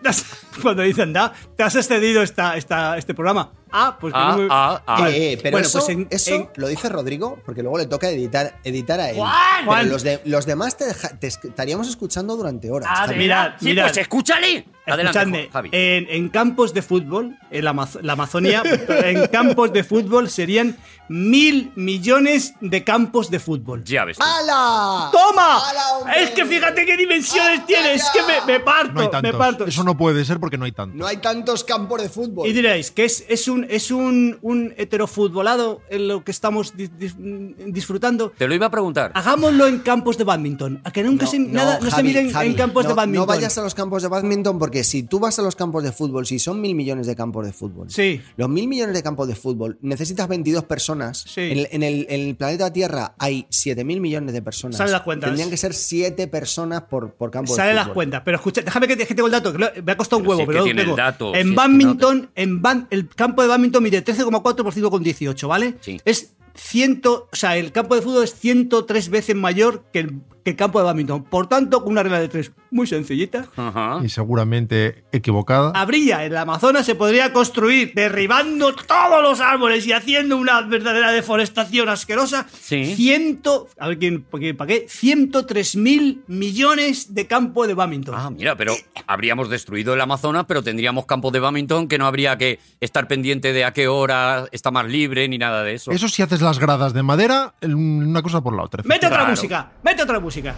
Speaker 4: Te has- Cuando dicen, da, te has excedido esta, esta, este programa. Ah, pues que
Speaker 2: Ah,
Speaker 4: no me-
Speaker 2: ah, ah.
Speaker 4: Vale.
Speaker 3: Eh, pero
Speaker 4: Bueno,
Speaker 3: eso,
Speaker 4: pues en-
Speaker 3: eso
Speaker 4: en-
Speaker 3: lo dice Rodrigo, porque luego le toca editar, editar a él. Pero
Speaker 4: Juan.
Speaker 3: los, de- los demás te, deja- te esc- estaríamos escuchando durante horas.
Speaker 4: Ah,
Speaker 3: Javi.
Speaker 4: mirad,
Speaker 2: Sí,
Speaker 4: mirad.
Speaker 2: pues escúchale. Adelante,
Speaker 4: Escuchadme, eh,
Speaker 2: Javi.
Speaker 4: en, en campos de fútbol, en la, Amazo- la Amazonía, en campos de fútbol serían mil millones de campos de fútbol.
Speaker 2: ya ves. tú.
Speaker 3: ¡Hala!
Speaker 4: ¡Toma!
Speaker 3: ¡Hala, hombre!
Speaker 4: Es que fíjate qué dimensiones
Speaker 3: ¡Hala!
Speaker 4: tienes, que me, me parto,
Speaker 5: No hay
Speaker 4: me
Speaker 5: tantos.
Speaker 4: parto.
Speaker 5: Eso no puede ser porque no hay tantos.
Speaker 3: No hay tantos campos de fútbol.
Speaker 4: Y diréis que es, es un es un, un heterofutbolado en lo que estamos dis- dis- disfrutando.
Speaker 2: Te lo iba a preguntar.
Speaker 4: Ah. Hagámoslo en campos de badminton. A que nunca
Speaker 3: No,
Speaker 4: se,
Speaker 3: no,
Speaker 4: nada, no se
Speaker 3: Javi,
Speaker 4: miren
Speaker 3: Javi,
Speaker 4: en campos
Speaker 3: no-
Speaker 4: de badminton.
Speaker 3: No vayas a los campos de badminton porque si tú vas a los campos de fútbol, si son mil millones de campos de fútbol,
Speaker 4: Sí.
Speaker 3: los mil millones de campos de fútbol, necesitas 22 personas.
Speaker 4: Sí.
Speaker 3: En, el- en el, en el planeta Tierra hay 7 mil millones de personas.
Speaker 4: Salen las cuentas.
Speaker 3: Tendrían que ser 7 personas por, por campo
Speaker 4: Sale
Speaker 3: de
Speaker 4: las
Speaker 3: fútbol.
Speaker 4: cuentas. Pero escucha, déjame que, te- que tengo el dato. que lo- me ha costado un
Speaker 2: Pero
Speaker 4: huevo,
Speaker 2: si es que
Speaker 4: pero lo
Speaker 2: tiene el
Speaker 4: tengo.
Speaker 2: dato, si es
Speaker 4: en
Speaker 2: que no
Speaker 4: badminton, en ban- el campo de badminton mide 13,4 por 5,18, ¿vale?
Speaker 2: Sí.
Speaker 4: Es 100, o sea, el campo de fútbol es 103 veces mayor que el, que el campo de badminton. Por tanto, con una regla de tres muy sencillita.
Speaker 2: Ajá.
Speaker 5: Y seguramente
Speaker 4: Ah,
Speaker 5: equivocada.
Speaker 4: Habría en el Amazonas se podría construir derribando todos los árboles y haciendo una verdadera deforestación asquerosa.
Speaker 2: Sí.
Speaker 4: Ciento, a ver quién, quién- para qué, 103 mil millones de campo de badminton.
Speaker 2: Ah, mira, pero
Speaker 4: Eh,
Speaker 2: habríamos destruido el Amazonas, pero tendríamos campos de badminton que no habría que estar pendiente de a qué hora está más libre ni nada de eso.
Speaker 5: Eso si haces las gradas de madera, el- una cosa por la otra.
Speaker 4: Mete otra
Speaker 2: Claro.
Speaker 4: música, mete otra música.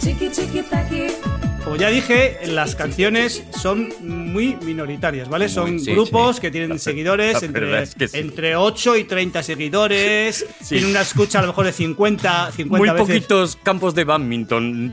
Speaker 13: Chiqui chiqui taqui.
Speaker 4: Como ya dije, las canciones son muy minoritarias, ¿vale? son
Speaker 2: sí,
Speaker 4: grupos
Speaker 2: sí.
Speaker 4: que tienen
Speaker 2: La-
Speaker 4: seguidores
Speaker 2: la
Speaker 4: entre,
Speaker 2: verdad es que sí.
Speaker 4: entre 8 y 30 seguidores, tienen una escucha a lo mejor de 50, 50
Speaker 2: Muy
Speaker 4: veces.
Speaker 2: poquitos campos de badminton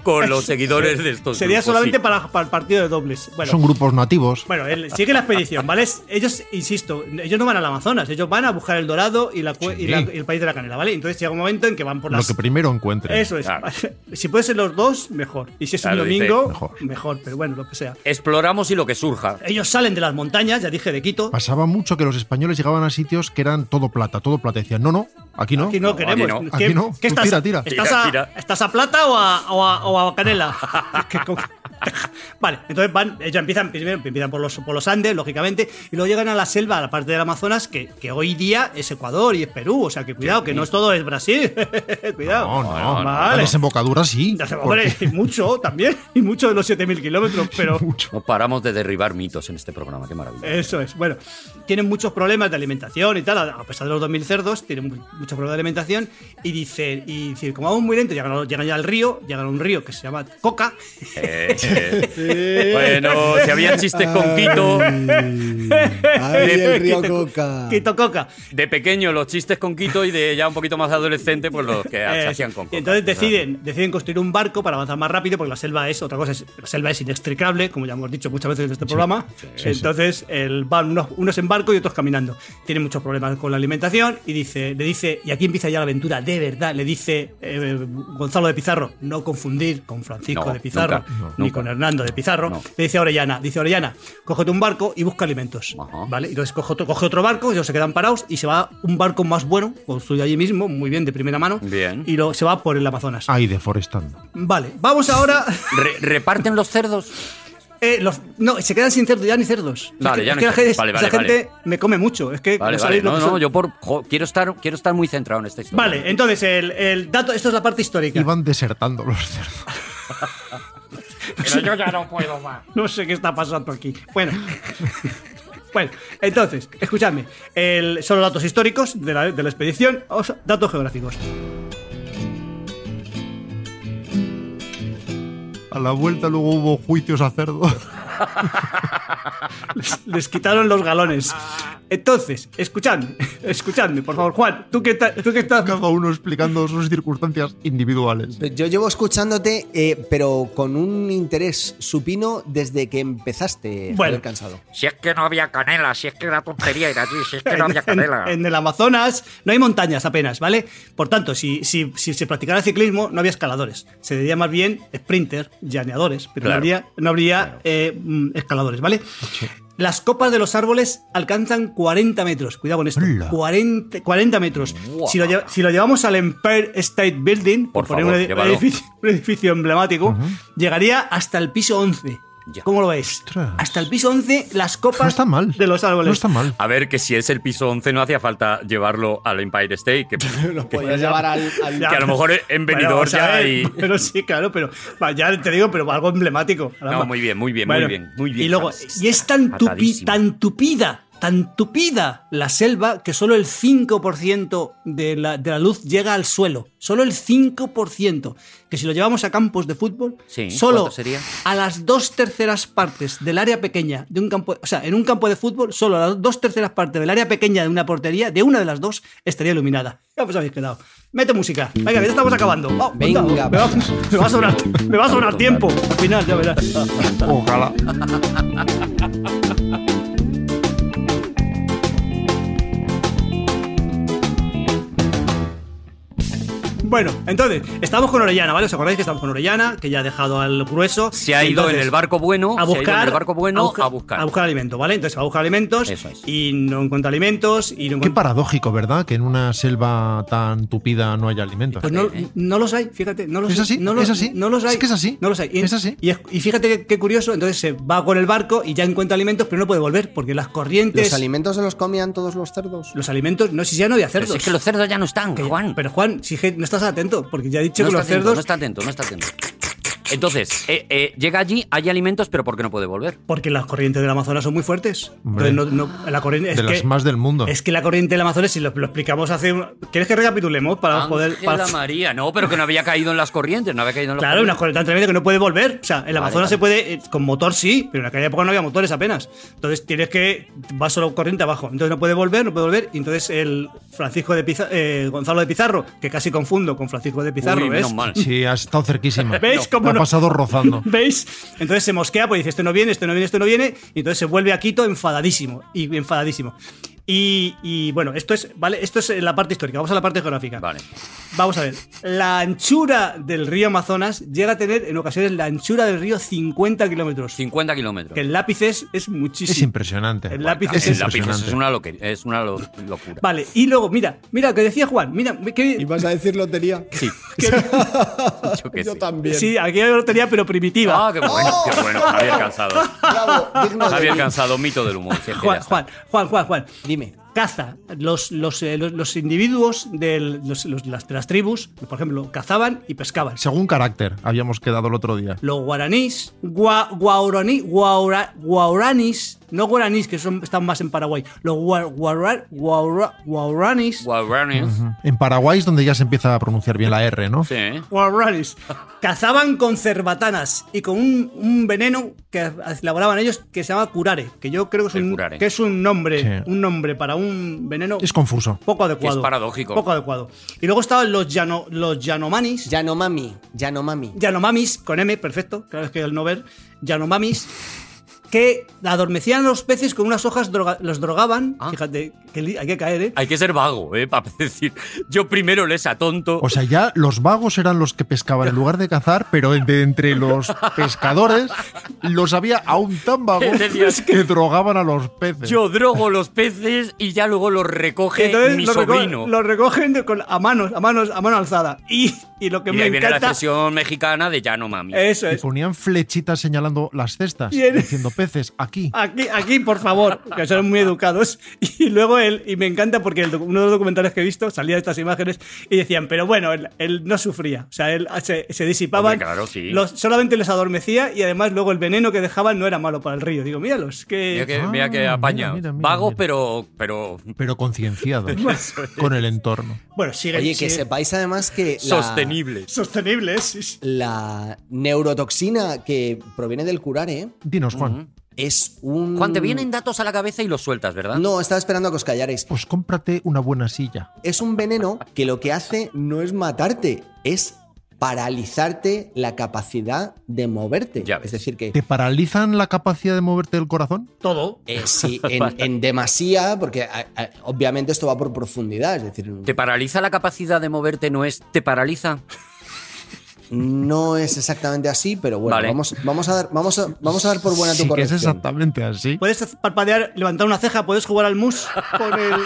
Speaker 4: Eh,
Speaker 2: con los seguidores de estos.
Speaker 4: Sería
Speaker 2: grupos,
Speaker 4: solamente
Speaker 2: sí.
Speaker 4: para, para el partido de dobles. Bueno,
Speaker 5: Son grupos nativos.
Speaker 4: Bueno, él sigue la expedición, ¿vale? Ellos, insisto, ellos no van al Amazonas, ellos van a buscar el Dorado y, la, cue- y la- y el país de la canela, ¿vale? Entonces llega un momento en que van por
Speaker 5: Lo
Speaker 4: las.
Speaker 5: que primero encuentres.
Speaker 4: Eso es.
Speaker 2: Claro.
Speaker 4: Si puede ser los dos, mejor. Y si es
Speaker 2: Claro,
Speaker 4: un
Speaker 2: dice,
Speaker 4: domingo,
Speaker 5: mejor.
Speaker 4: mejor. pero bueno, lo que sea.
Speaker 2: Exploramos y lo que surja.
Speaker 4: Ellos salen de las montañas, ya dije, de Quito.
Speaker 5: Pasaba mucho que los españoles llegaban a sitios que eran todo plata, todo plata. Y decían, no, no, aquí no.
Speaker 4: Aquí no,
Speaker 2: No,
Speaker 4: queremos.
Speaker 2: aquí
Speaker 5: no.
Speaker 4: ¿Qué-
Speaker 5: Aquí no.
Speaker 4: qué
Speaker 5: Tú
Speaker 4: estás?
Speaker 5: tira, tira.
Speaker 4: ¿Estás,
Speaker 2: Tira,
Speaker 4: a,
Speaker 2: tira.
Speaker 4: estás a plata o a, o a- o a canela? Es que como- vale, entonces van, ellos empiezan, primero empiezan por los, por los Andes, lógicamente, y luego llegan a la selva, a la parte del Amazonas, que, que hoy día es Ecuador y es Perú. O sea, que cuidado, que no es todo es Brasil. cuidado.
Speaker 5: No, no, La
Speaker 4: Vale.
Speaker 5: desembocadura sí.
Speaker 4: Ya se-
Speaker 5: porque-
Speaker 4: Hombre, y mucho también, y mucho de los 7.000 kilómetros, pero...
Speaker 2: No paramos de derribar mitos en este programa, qué maravilla.
Speaker 4: Eso es. Bueno, tienen muchos problemas de alimentación y tal, a a pesar de los 2000 cerdos, tienen mu- muchos problemas de alimentación y dicen, y dicen, como vamos muy lento, llegan, a- llegan ya al río, llegan a un río que se llama Coca.
Speaker 2: Eh, eh. Bueno, si había chistes Este
Speaker 4: Ah.
Speaker 2: con Quito,
Speaker 3: Ay, el río
Speaker 4: Quito-
Speaker 3: Coca.
Speaker 4: Quito Coca.
Speaker 2: de pequeño los chistes con Quito y de ya un poquito más adolescente, pues los que se
Speaker 4: Eh,
Speaker 2: hacían con coca.
Speaker 4: y entonces deciden, deciden construir un barco para avanzar más rápido, porque la selva es otra cosa, es- la selva es inextricable, como ya hemos dicho muchas veces en este programa. entonces el- van unos, unos en barco y otros caminando. Tienen muchos problemas con la alimentación y dice, le dice, y aquí empieza ya la aventura de verdad, le dice eh, Gonzalo de Pizarro, no confundir con Francisco
Speaker 2: No,
Speaker 4: de Pizarro,
Speaker 2: nunca,
Speaker 4: ni con Hernando de Pizarro,
Speaker 2: No.
Speaker 4: le dice a Orellana, dice Orellana, cógete un barco y busca alimentos.
Speaker 2: Ajá.
Speaker 4: ¿Vale? Y entonces coge otro, coge otro barco, ellos se quedan parados y se va un barco más bueno, construido allí mismo, muy bien, de primera mano,
Speaker 2: Bien.
Speaker 4: y lo, se va por el Amazonas.
Speaker 5: Ahí deforestando.
Speaker 4: Vale, vamos ahora...
Speaker 2: Re- ¿Reparten los cerdos?
Speaker 4: eh, los- no, se quedan sin cerdo, ya ni cerdos. es
Speaker 2: Vale,
Speaker 4: que,
Speaker 2: ya
Speaker 4: es
Speaker 2: no
Speaker 4: que
Speaker 2: hay
Speaker 4: la gente,
Speaker 2: cerdos. Vale,
Speaker 4: esa
Speaker 2: vale, vale.
Speaker 4: gente me come mucho. Es que
Speaker 2: Vale,
Speaker 4: no
Speaker 2: vale.
Speaker 4: sabéis lo
Speaker 2: No,
Speaker 4: que son.
Speaker 2: no, yo por, jo, quiero, estar, quiero estar muy centrado en esta historia.
Speaker 4: Vale, entonces el, el dato, esto es la parte histórica.
Speaker 5: Iban desertando los cerdos.
Speaker 4: Pero yo ya no puedo más. No sé qué está pasando aquí. Bueno. Bueno, entonces, escuchadme. El, solo datos históricos de la, de la expedición, os- datos geográficos.
Speaker 5: A la vuelta luego hubo juicios a cerdos.
Speaker 4: Les, les quitaron los galones. Entonces, escuchadme, escuchadme, por favor, Juan, tú que, ta- tú que estás.
Speaker 5: Cada uno explicando sus circunstancias individuales.
Speaker 3: Yo llevo escuchándote, eh, pero con un interés supino desde que empezaste
Speaker 4: Bueno.
Speaker 3: Javier cansado.
Speaker 2: Si es que no había canela, si es que era tontería ir allí, si es que no había
Speaker 4: en,
Speaker 2: canela.
Speaker 4: en el Amazonas no hay montañas apenas, ¿vale? Por tanto, si, si- si se practicara ciclismo, no había escaladores. Se diría más bien sprinter, llaneadores, pero no
Speaker 2: Claro.
Speaker 4: habría, no habría, eh, mm, escaladores, ¿vale? Las copas de los árboles alcanzan 40 metros. Cuidado con esto.
Speaker 5: Hola.
Speaker 4: 40, 40 metros.
Speaker 2: Guau.
Speaker 4: Si lo, lle- si lo llevamos al Empire State Building,
Speaker 2: Por
Speaker 4: poner
Speaker 2: favor,
Speaker 4: un, edi-
Speaker 2: llévalo.
Speaker 4: edificio, un edificio emblemático, llegaría hasta el piso 11.
Speaker 2: Ya.
Speaker 4: ¿Cómo lo veis?
Speaker 5: Ostras.
Speaker 4: Hasta el piso 11, las copas
Speaker 5: No está mal.
Speaker 4: de los árboles.
Speaker 5: No está mal.
Speaker 2: A ver, que si es el piso 11 no hacía falta llevarlo al Empire State, que,
Speaker 3: Lo podías llevar al. al-
Speaker 2: que a lo mejor
Speaker 4: Bueno,
Speaker 2: en venidor
Speaker 4: vamos a
Speaker 2: ya
Speaker 4: ver,
Speaker 2: hay...
Speaker 4: Pero sí, claro, pero va, ya te digo, pero algo emblemático. caramba.
Speaker 2: No, muy bien, muy bien,
Speaker 4: Bueno,
Speaker 2: muy bien, muy bien.
Speaker 4: Y luego,
Speaker 2: James.
Speaker 4: y es tan, tupi-
Speaker 2: Atadísimo.
Speaker 4: tan tupida, tan tupida la selva que solo el 5% de la, de la luz llega al suelo. Solo el 5%. Que si lo llevamos a campos de fútbol,
Speaker 2: Sí,
Speaker 4: solo
Speaker 2: ¿cuánto sería?
Speaker 4: a las dos terceras partes del área pequeña de un campo, o sea, en un campo de fútbol, solo a las dos terceras partes del área pequeña de una portería, de una de las dos, estaría iluminada. Ya pues habéis quedado. Mete música. Venga, que ya estamos acabando. Oh,
Speaker 3: Venga,
Speaker 4: anda, me va, me va a sobrar, me va a sobrar tiempo. Al final, ya verás.
Speaker 5: Ojalá.
Speaker 4: Bueno, entonces, estamos con Orellana, ¿vale? ¿Os acordáis que estamos con Orellana? Que ya ha dejado al grueso.
Speaker 2: Se ha
Speaker 4: Y
Speaker 2: ido
Speaker 4: entonces,
Speaker 2: en el barco bueno,
Speaker 4: a
Speaker 2: se ha ido
Speaker 4: buscar,
Speaker 2: en el barco bueno a buscar.
Speaker 4: alimento, ¿vale? Entonces va a buscar alimentos
Speaker 2: Eso es.
Speaker 4: y no encuentra alimentos y no
Speaker 5: Qué
Speaker 4: encuentra.
Speaker 5: paradójico, ¿verdad? Que en una selva tan tupida no haya alimentos.
Speaker 4: Pues
Speaker 2: Eh,
Speaker 4: no, no los hay, fíjate, no los
Speaker 5: Es así,
Speaker 4: no los,
Speaker 5: es así,
Speaker 4: no los
Speaker 5: es
Speaker 4: hay,
Speaker 5: que es así,
Speaker 4: no los hay. Y,
Speaker 5: es así.
Speaker 4: Y, y fíjate qué, qué curioso, entonces se va con el barco y ya encuentra alimentos, pero no puede volver porque las corrientes,
Speaker 3: ¿Los alimentos se los comían todos los cerdos?
Speaker 4: los alimentos, no sé si ya no había
Speaker 2: Pero
Speaker 4: cerdos.
Speaker 2: si es que los cerdos ya no están,
Speaker 4: Que-
Speaker 2: Juan.
Speaker 4: Pero Juan, si je- no estás atento, porque ya he dicho
Speaker 2: no
Speaker 4: que
Speaker 2: está
Speaker 4: los
Speaker 2: atento,
Speaker 4: cerdos
Speaker 2: no está atento, no está atento. Entonces, eh, eh, llega allí, hay alimentos, pero ¿por qué no puede volver?
Speaker 4: Porque las corrientes del Amazonas son muy fuertes.
Speaker 5: Hombre.
Speaker 4: Entonces, no- no- la corriente, es
Speaker 5: de
Speaker 4: que,
Speaker 5: las más del mundo.
Speaker 4: Es que la corriente del Amazonas, si lo, lo explicamos hace. un- ¿Quieres que recapitulemos para poder.
Speaker 2: Ángela
Speaker 4: para-
Speaker 2: María, no, pero que no había caído en las corrientes, no había caído en las
Speaker 4: claro, una
Speaker 2: corrientes.
Speaker 4: corriente tan tremenda que no puede volver. O sea, el Amazonas
Speaker 2: vale.
Speaker 4: se puede. eh, Con motor sí, pero en aquella época no había motores apenas. Entonces tienes que. Va solo corriente abajo. Entonces no puede volver, no puede volver. Y entonces el Francisco de Pizarro. eh, Gonzalo de Pizarro, que casi confundo con Francisco de Pizarro,
Speaker 2: Uy,
Speaker 4: ¿ves?
Speaker 2: menos mal.
Speaker 5: Sí, has estado cerquísima.
Speaker 4: ¿Veis
Speaker 5: Te
Speaker 4: cómo
Speaker 5: ha
Speaker 4: no?
Speaker 5: pasado rozando.
Speaker 4: ¿Veis? Entonces se mosquea, pues dice, este no viene, este no viene, este no viene, y entonces se vuelve a Quito enfadadísimo, y enfadadísimo. Y, y, bueno, esto es, ¿vale? Esto es la parte histórica, vamos a la parte geográfica.
Speaker 2: Vale.
Speaker 4: Vamos a ver, la anchura del río Amazonas llega a tener en ocasiones la anchura del río 50 kilómetros,
Speaker 2: 50 kilómetros.
Speaker 4: que en lápices es
Speaker 5: Es
Speaker 4: muchísimo.
Speaker 5: impresionante.
Speaker 4: El lápiz
Speaker 5: es
Speaker 2: El lápiz
Speaker 5: impresionante.
Speaker 2: es una, loque- es una lo- locura.
Speaker 4: Vale, y luego, mira, mira, lo que decía Juan, mira, que,
Speaker 3: ¿Ibas a decir lotería?
Speaker 2: Sí. Yo qué sé.
Speaker 3: también.
Speaker 4: sí, aquí hay una teoría, pero primitiva.
Speaker 2: Ah, qué bueno, qué bueno. Javier Cansado.
Speaker 3: Bravo, digno de
Speaker 2: Javier
Speaker 3: mí.
Speaker 2: Cansado, mito del humor. si es que ya
Speaker 4: Juan,
Speaker 2: está.
Speaker 4: Juan, Juan, Juan, Juan.
Speaker 3: Dime.
Speaker 4: caza. Los, los, eh, los- los individuos de, los- los- las, de las tribus, por ejemplo, cazaban y pescaban.
Speaker 5: Según carácter, habíamos quedado el otro día.
Speaker 4: Los guaraníes, gua, guaurani- guaura- guauranis, no guaraníes, que son, están más en Paraguay, los gua- guaura- guaura- guauranis,
Speaker 2: Guaraníes.
Speaker 5: En Paraguay es donde ya se empieza a pronunciar bien la R, ¿no?
Speaker 2: Sí. ¿eh?
Speaker 4: guauranis, cazaban con cerbatanas y con un, un veneno que elaboraban ellos que se llama curare, que yo creo que es
Speaker 2: El
Speaker 4: un,
Speaker 2: curare.
Speaker 4: que es un nombre,
Speaker 5: Sí.
Speaker 4: un nombre para un veneno
Speaker 5: Es confuso.
Speaker 4: poco adecuado.
Speaker 2: Es paradójico.
Speaker 4: Poco adecuado. Y luego estaban los, llano, los Yanomanis.
Speaker 3: Yanomami, Yanomami.
Speaker 4: Yanomamis, con M, perfecto, claro es que el no ver, Yanomamis, que adormecían a los peces con unas hojas, droga- los drogaban. Fíjate, que li- hay que caer, ¿eh?
Speaker 2: Ah. Hay que ser vago, ¿eh? Para decir, yo primero les atonto.
Speaker 5: O sea, ya los vagos eran los que pescaban en lugar de cazar, pero de entre los pescadores los había aún tan vagos
Speaker 2: Decías
Speaker 5: que drogaban a los peces.
Speaker 2: yo drogo los peces y ya luego los recoge
Speaker 4: Entonces
Speaker 2: mi
Speaker 4: lo, reco-
Speaker 2: sobrino.
Speaker 4: lo recogen de- con- a manos, a manos, a mano alzada. Y, y lo que
Speaker 2: y
Speaker 4: me
Speaker 2: ahí viene la
Speaker 4: encanta. Eh,
Speaker 2: expresión mexicana de ya no mami.
Speaker 4: Eso
Speaker 5: Y
Speaker 4: es.
Speaker 5: ponían flechitas señalando las cestas,
Speaker 4: Y en-
Speaker 5: diciendo peces, aquí.
Speaker 2: Ah.
Speaker 4: Aquí, aquí, por favor, que son muy educados. Y luego él, y me encanta porque el docu- uno de los documentales que he visto salía estas imágenes y decían, pero bueno, él, él no sufría. O sea, él ah, se, se disipaba.
Speaker 2: Hombre, claro, sí.
Speaker 4: los- solamente les adormecía y además luego el veneno que dejaban no era malo para el río. Digo, míralos,
Speaker 2: Mira
Speaker 4: que.
Speaker 2: que,
Speaker 5: Ah,
Speaker 2: mira que
Speaker 5: mira,
Speaker 2: apaña.
Speaker 5: mira, mira,
Speaker 2: Vago,
Speaker 5: mira.
Speaker 2: pero. pero
Speaker 5: Pero concienciado con el entorno.
Speaker 4: Bueno, sigue.
Speaker 3: Oye, que
Speaker 4: sigue.
Speaker 3: sepáis además que. la-
Speaker 2: sostenible.
Speaker 4: Sostenibles. sí, sí.
Speaker 3: La neurotoxina que proviene del curare
Speaker 5: Dinos, Juan.
Speaker 3: es un.
Speaker 2: Juan, te vienen datos a la cabeza y los sueltas, ¿verdad?
Speaker 3: No, estaba esperando a que os callarais.
Speaker 5: Pues cómprate una buena silla.
Speaker 3: Es un veneno que lo que hace no es matarte, es paralizarte la capacidad de moverte.
Speaker 2: Ya ves.
Speaker 3: Es decir, que
Speaker 5: ¿Te paralizan la capacidad de moverte del corazón?
Speaker 4: Todo.
Speaker 3: eh, si en, en demasía, porque a- a- obviamente esto va por profundidad, es decir,
Speaker 2: ¿Te paraliza la capacidad de moverte? ¿No es? ¿Te paraliza?
Speaker 3: no es exactamente así, pero bueno,
Speaker 2: Vale.
Speaker 3: vamos, vamos, a dar, vamos, a, vamos a dar por buena tu
Speaker 5: Sí que es
Speaker 3: corrección.
Speaker 5: exactamente así.
Speaker 4: Puedes hacer- parpadear, levantar una ceja, puedes jugar al mus con el.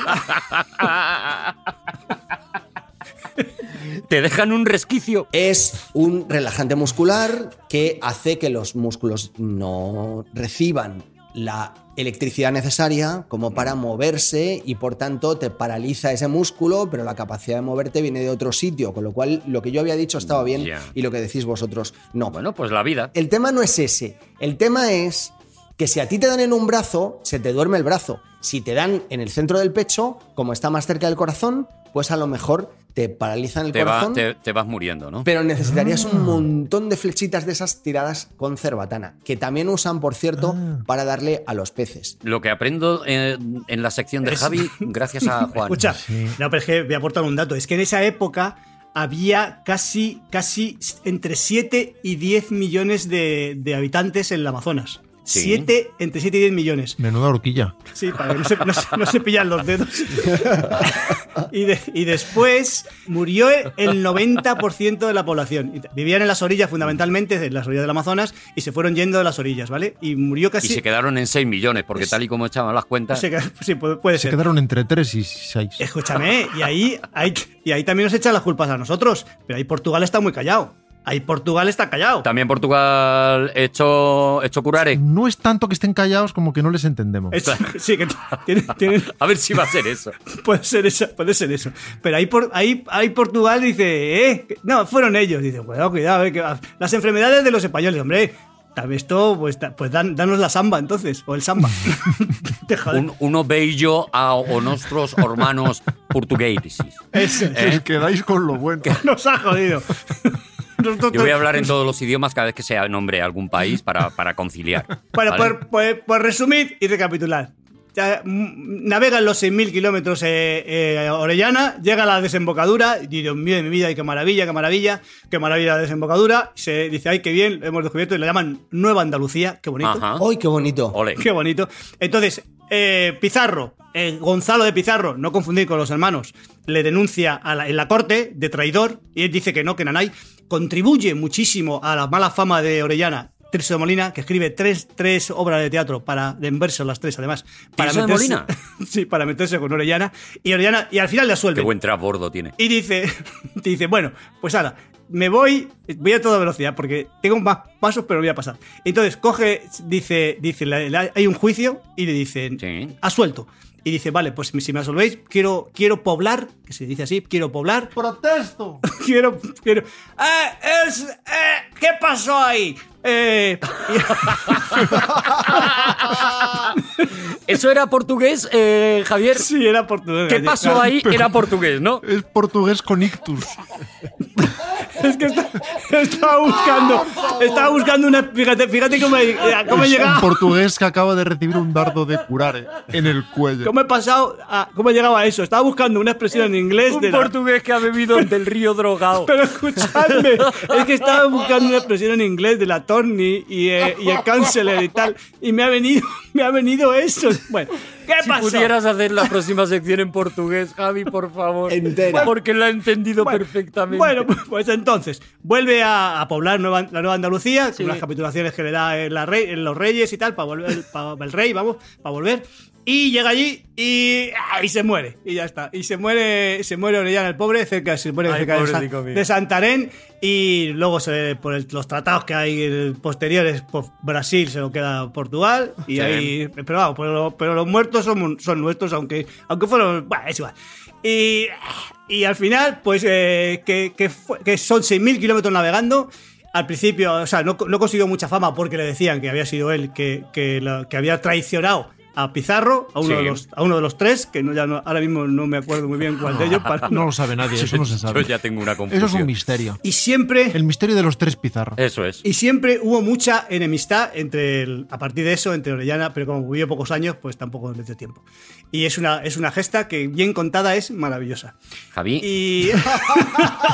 Speaker 2: ¿Te dejan un resquicio?
Speaker 3: Es un relajante muscular que hace que los músculos no reciban la electricidad necesaria como para moverse y por tanto te paraliza ese músculo, pero la capacidad de moverte viene de otro sitio, con lo cual lo que yo había dicho estaba bien
Speaker 2: Ya.
Speaker 3: y lo que decís vosotros no.
Speaker 2: Bueno, pues la vida.
Speaker 3: El tema no es ese, el tema es que si a ti te dan en un brazo, se te duerme el brazo. Si te dan en el centro del pecho, como está más cerca del corazón, pues a lo mejor te paralizan el
Speaker 2: Te, va-
Speaker 3: corazón.
Speaker 2: te- te vas muriendo, ¿no?
Speaker 3: Pero necesitarías un montón de flechitas de esas tiradas con cerbatana, que también usan, por cierto, para darle a los peces.
Speaker 2: Lo que aprendo en, en la sección de Javi, gracias a Juan.
Speaker 4: Escucha, no, pero es que voy a aportar un dato. Es que en esa época había casi, casi entre 7 y 10 millones de, de habitantes en el Amazonas.
Speaker 2: Sí.
Speaker 4: 7, entre 7 y 10 millones.
Speaker 5: Menuda horquilla.
Speaker 4: Sí, para que no se, no se- no se pillan los dedos. Y, de- y después murió el 90% de la población. Vivían en las orillas, fundamentalmente, en las orillas del Amazonas, y se fueron yendo de las orillas, ¿vale? Y murió
Speaker 2: y
Speaker 4: casi.
Speaker 2: se quedaron en 6 millones, porque tal y como echaban las cuentas,
Speaker 4: se queda- sí, puede puede
Speaker 5: Se
Speaker 4: ser.
Speaker 5: quedaron entre 3 y 6.
Speaker 4: Escúchame, y ahí, hay- y ahí también nos echan las culpas a nosotros. Pero ahí Portugal está muy callado. Ahí Portugal está callado.
Speaker 2: también Portugal hecho, hecho curare.
Speaker 5: No es tanto que estén callados como que no les entendemos.
Speaker 4: Es- sí, que t- tienen- tienen-
Speaker 2: A ver si va a ser eso.
Speaker 4: puede, ser eso, puede ser eso. Pero ahí, por, ahí, ahí Portugal dice, eh, que- no, fueron ellos. Dice, cuidado, cuidado, eh, que va- las enfermedades de los españoles, hombre. Tal vez esto, pues, da- pues dan- danos la samba entonces, o el samba. Te jodes.
Speaker 2: Un, uno bello a o nuestros hermanos portugueses.
Speaker 4: Eso,
Speaker 2: ¿Eh?
Speaker 5: Os quedáis con lo bueno.
Speaker 4: nos ha jodido. Nosotros-
Speaker 2: Yo voy a hablar en todos los idiomas cada vez que se nombre algún país para, para conciliar.
Speaker 4: Bueno,
Speaker 2: ¿vale?
Speaker 4: por, por- por resumir y recapitular. Ya, mm, Navegan los 6.000 kilómetros eh, eh, Orellana, llega a la desembocadura, y Dios mío de mi vida, y qué maravilla, qué maravilla, qué maravilla la desembocadura. Se dice, ay, qué bien, lo hemos descubierto, y la llaman Nueva Andalucía, qué bonito.
Speaker 2: Ajá.
Speaker 3: ¡Ay, qué bonito!
Speaker 2: Ole.
Speaker 4: Qué bonito. Entonces, eh, Pizarro, eh, Gonzalo de Pizarro, no confundir con los hermanos, le denuncia a la- en la corte de traidor y él dice que no, que Nanay contribuye muchísimo a la mala fama de Orellana. Tirso de Molina, que escribe tres, tres obras de teatro para en verso las tres, además. Para
Speaker 2: ¿Tirso de
Speaker 4: meterse-
Speaker 2: Molina?
Speaker 4: sí, para meterse con Orellana. Y Orellana, y al final le
Speaker 2: Qué
Speaker 4: asuelve.
Speaker 2: buen trasbordo tiene.
Speaker 4: Y dice, dice, bueno, pues ahora, me voy, voy a toda velocidad porque tengo más pasos, pero voy a pasar. Entonces coge, dice, dice, la- la- hay un juicio y le dicen,
Speaker 2: Sí.
Speaker 4: ha suelto. Y dice, vale, pues si me absolvéis, quiero, quiero poblar, que se dice así, quiero poblar,
Speaker 5: ¡Protesto!
Speaker 4: quiero, quiero. "Ah, es, eh, ¿Qué pasó ahí? Eh,
Speaker 2: Eso era portugués, eh, Javier.
Speaker 4: sí, era portugués.
Speaker 2: ¿Qué pasó ahí? Era portugués, ¿no?
Speaker 5: Es portugués con ictus.
Speaker 4: Es que está, estaba buscando, estaba buscando una. Fíjate, fíjate cómo, he- cómo he
Speaker 5: Es un
Speaker 4: llegado.
Speaker 5: portugués que acaba de recibir un dardo de curare en el cuello.
Speaker 4: ¿Cómo he pasado? A, ¿Cómo he llegado a eso? Estaba buscando una expresión en inglés
Speaker 11: Un
Speaker 4: de la-
Speaker 11: portugués que ha bebido del río drogado.
Speaker 4: Pero escuchadme, es que estaba buscando una expresión en inglés de la Torni y, eh, y el counselor y tal, y me ha venido, me ha venido eso. Bueno, ¿qué
Speaker 11: si
Speaker 4: pasó?
Speaker 11: pudieras hacer la próxima sección en portugués, Javi, por favor.
Speaker 3: Entera.
Speaker 11: Porque la he entendido
Speaker 4: Bueno,
Speaker 11: perfectamente.
Speaker 4: Bueno, pues entonces, vuelve a, a poblar nueva- la Nueva Andalucía, con las capitulaciones que le da eh, la rey- eh, los reyes y tal, para volver, para el rey, vamos, para volver. Y llega allí y, ah, y se muere. Y ya está. Y se muere, se muere Orellana, el pobre, cerca, se muere
Speaker 11: Ay,
Speaker 4: cerca de,
Speaker 11: pobrecito
Speaker 4: San-
Speaker 11: mío.
Speaker 4: de Santarén. Y luego, se, por el- los tratados que hay eh, posteriores, por Brasil se lo queda Portugal. Y
Speaker 2: Sí.
Speaker 4: ahí. Pero vamos, pero, pero los muertos son, son nuestros, aunque, aunque fueron. Bueno, es igual. Y, y al final, pues eh, que, que fue- que son 6.000 kilómetros navegando. Al principio, o sea, no, no consiguió mucha fama porque le decían que había sido él que, que, la- que había traicionado a Pizarro, a uno,
Speaker 2: Sí.
Speaker 4: de, los, a uno de los tres, que no, ya no- ahora mismo no me acuerdo muy bien cuál de ellos. para-
Speaker 5: No lo sabe nadie, eso no se
Speaker 2: Yo
Speaker 5: sabe.
Speaker 2: ya tengo una
Speaker 5: Eso
Speaker 2: confusión. Eh,
Speaker 5: es un misterio.
Speaker 4: Y siempre
Speaker 5: El misterio de los tres pizarros.
Speaker 2: Eso es.
Speaker 4: Y siempre hubo mucha enemistad entre el- a partir de eso, entre Orellana, pero como vivió pocos años, pues tampoco le dio tiempo. Y es una, es una gesta que bien contada es maravillosa.
Speaker 2: Javi,
Speaker 4: Y.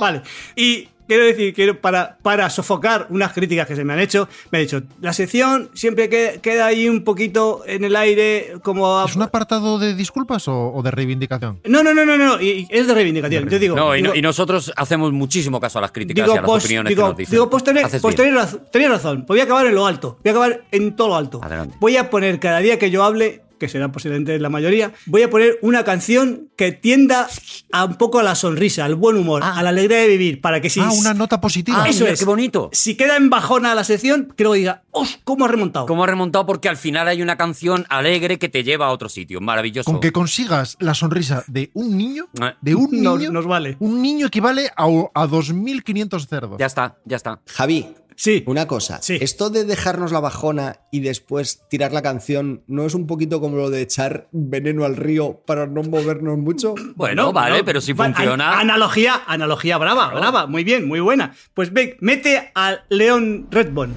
Speaker 4: vale. Y quiero decir, quiero para, para sofocar unas críticas que se me han hecho, me ha dicho, la sección siempre que- queda ahí un poquito en el aire, como. a-
Speaker 5: ¿Es un apartado de disculpas o, o de reivindicación?
Speaker 4: No, no, no, no, no. y- y es de reivindicación. Yo digo.
Speaker 2: no, y, no-
Speaker 4: digo-
Speaker 2: y nosotros hacemos muchísimo caso a las críticas y a las
Speaker 4: post-
Speaker 2: opiniones
Speaker 4: digo,
Speaker 2: que nos dicen.
Speaker 4: digo, pues tenés-
Speaker 2: Haces
Speaker 4: pues
Speaker 2: bien.
Speaker 4: tenés raz- tenés razón. Pues voy a acabar en lo alto. Voy a acabar en todo lo alto.
Speaker 2: Adelante.
Speaker 4: Voy a poner cada día que yo hable, que será posiblemente la mayoría, voy a poner una canción que tienda a un poco a la sonrisa, al buen humor,
Speaker 2: Ah.
Speaker 4: a la alegría de vivir, para que si
Speaker 5: Ah, una nota positiva.
Speaker 4: Ah, eso
Speaker 11: Mira,
Speaker 4: es.
Speaker 11: qué bonito.
Speaker 4: si queda en bajona la sección, creo que diga, ¡os! ¿Cómo ha remontado?
Speaker 2: ¿Cómo ha remontado? Porque al final hay una canción alegre que te lleva a otro sitio. Maravilloso.
Speaker 5: Con que consigas la sonrisa de un niño,
Speaker 2: Eh.
Speaker 5: de un
Speaker 4: Nos-
Speaker 5: niño,
Speaker 4: nos vale.
Speaker 5: un niño equivale a, a 2.500 cerdos.
Speaker 2: Ya está, ya está.
Speaker 3: Javi,
Speaker 4: Sí.
Speaker 3: una cosa.
Speaker 4: Sí.
Speaker 3: Esto de dejarnos la bajona y después tirar la canción, ¿no es un poquito como lo de echar veneno al río para no movernos mucho?
Speaker 2: Bueno, vale, pero si
Speaker 4: Va-
Speaker 2: funciona.
Speaker 4: an- analogía, analogía brava, brava. Muy bien, muy buena. Pues ve, mete al León Redbone.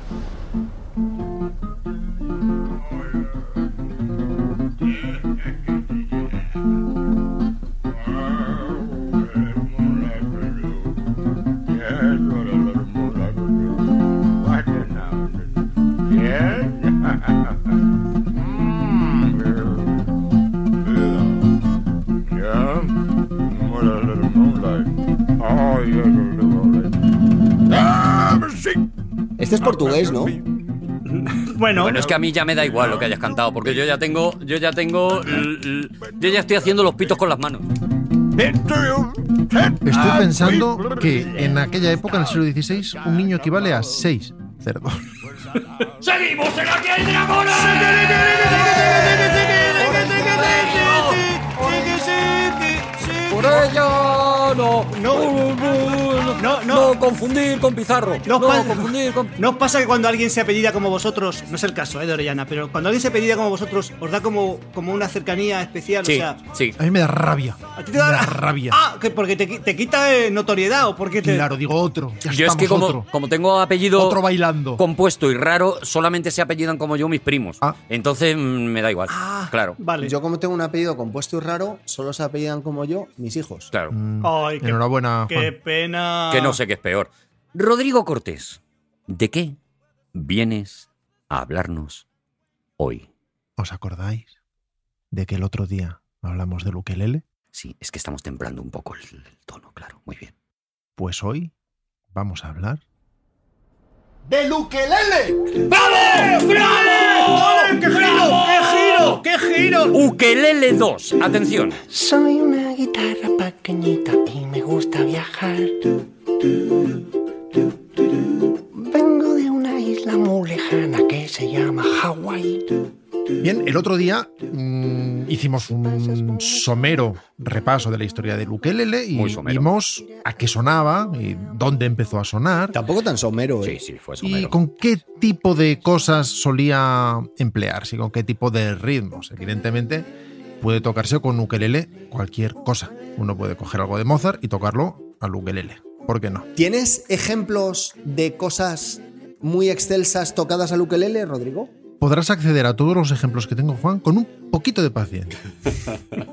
Speaker 3: Este es portugués, ¿no?
Speaker 4: Bueno,
Speaker 2: Bueno, es que a mí ya me da igual lo que hayas cantado, porque yo ya tengo, yo ya tengo, l- l- yo ya estoy haciendo los pitos con las manos.
Speaker 5: Estoy
Speaker 2: Ah,
Speaker 5: pensando que en aquella época, en el siglo XVI, un niño equivale a 6 cerdos.
Speaker 7: ¡Seguimos en la que hay dragones!
Speaker 11: Por ella no.
Speaker 4: No.
Speaker 11: No, no,
Speaker 4: No,
Speaker 11: no,
Speaker 4: no.
Speaker 11: confundir con Pizarro.
Speaker 4: No
Speaker 11: No,
Speaker 4: os pasa-
Speaker 11: confundir con.
Speaker 4: ¿No os pasa que cuando alguien se apellida como vosotros, no es el caso eh, de Orellana, pero cuando alguien se apellida como vosotros, os da como, como una cercanía especial? o
Speaker 2: Sí,
Speaker 4: sea,
Speaker 2: sí.
Speaker 5: A mí me da rabia.
Speaker 4: a ti
Speaker 5: Me
Speaker 4: te da
Speaker 5: da rabia.
Speaker 4: Ah, que porque te, qui- te quita eh, notoriedad o porque te.
Speaker 5: Claro, digo otro.
Speaker 2: Yo
Speaker 5: Ya
Speaker 2: es
Speaker 5: estamos
Speaker 2: que como,
Speaker 5: otro.
Speaker 2: como tengo apellido
Speaker 5: Otro bailando.
Speaker 2: compuesto y raro, solamente se apellidan como yo mis primos.
Speaker 5: Ah.
Speaker 2: Entonces mm, me da igual. claro,
Speaker 4: Ah, Vale.
Speaker 3: Yo como tengo un apellido compuesto y raro, solo se apellidan como yo mis hijos.
Speaker 2: claro.
Speaker 5: Mm,
Speaker 4: Ay, qué,
Speaker 5: Enhorabuena,
Speaker 4: qué
Speaker 5: Juan. Ah.
Speaker 4: pena.
Speaker 2: Que no sé qué es peor. Rodrigo Cortés, ¿de qué vienes a hablarnos hoy?
Speaker 5: ¿Os acordáis de que el otro día hablamos del ukelele?
Speaker 2: Sí, es que estamos templando un poco el, el tono, claro. Muy bien.
Speaker 5: Pues hoy vamos a hablar
Speaker 12: ¡Del ukelele!
Speaker 4: ¡Ole, ¡Qué giro! ¡Qué giro! ¡Qué giro!
Speaker 2: Ukelele 2, atención.
Speaker 14: Soy una guitarra pequeñita y me gusta viajar. Vengo de una isla muy lejana que se llama Hawái.
Speaker 5: Bien, el otro día mm, hicimos un somero repaso de la historia del ukelele y
Speaker 2: Muy somero.
Speaker 5: vimos a qué sonaba y dónde empezó a sonar
Speaker 3: Tampoco tan somero, ¿eh?
Speaker 2: Sí, sí, fue
Speaker 5: y
Speaker 2: somero.
Speaker 5: con qué tipo de cosas solía emplearse y con qué tipo de ritmos. Evidentemente, puede tocarse con ukelele cualquier cosa. Uno puede coger algo de Mozart y tocarlo al ukelele. ¿Por qué no?
Speaker 3: ¿Tienes ejemplos de cosas muy excelsas tocadas al ukelele, Rodrigo?
Speaker 5: podrás acceder a todos los ejemplos que tengo, Juan, con un poquito de paciencia.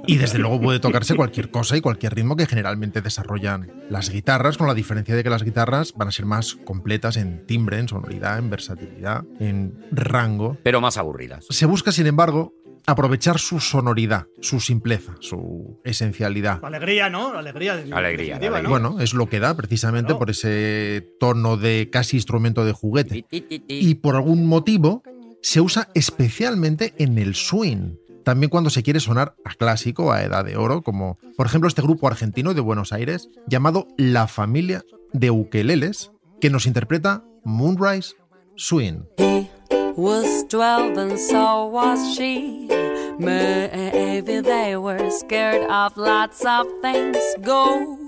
Speaker 5: Y desde luego puede tocarse cualquier cosa y cualquier ritmo que generalmente desarrollan las guitarras, con la diferencia de que las guitarras van a ser más completas en timbre, en sonoridad, en versatilidad, en rango.
Speaker 2: Pero más aburridas.
Speaker 5: Se busca, sin embargo, aprovechar su sonoridad, su simpleza, su esencialidad.
Speaker 4: La alegría, ¿no? La alegría.
Speaker 2: De, alegría, la alegría.
Speaker 5: ¿no? Bueno, es lo que da precisamente no. por ese tono de casi instrumento de juguete. Y por algún motivo, se usa especialmente en el swing. También cuando se quiere sonar a clásico, a edad de oro, como por ejemplo este grupo argentino de Buenos Aires llamado La Familia de Ukeleles, que nos interpreta Moonrise Swing. He was 12 and so was she. Maybe they were scared of lots of things. Go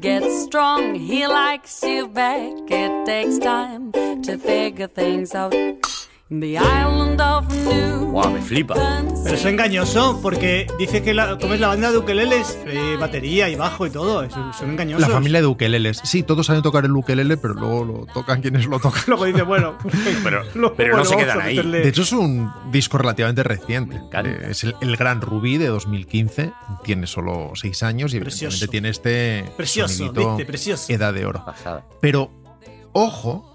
Speaker 5: get strong, he likes you back. It takes time to figure things out.
Speaker 4: The island of New wow, me flipa. Pero es engañoso porque dice que la, como es la banda de ukeleles, eh, batería y bajo y todo, son, son, engañosos.
Speaker 5: La familia de ukeleles, sí, todos saben tocar el ukelele, pero luego lo tocan quienes lo tocan.
Speaker 4: luego dice, bueno,
Speaker 2: pero, lo, pero bueno, no se quedan ahí.
Speaker 5: De hecho es un disco relativamente reciente. Eh, Es el, el, Gran Rubí de 2015, tiene solo seis años y evidentemente tiene este
Speaker 4: precioso, dice, precioso.
Speaker 5: edad de oro. Pasada. Pero ojo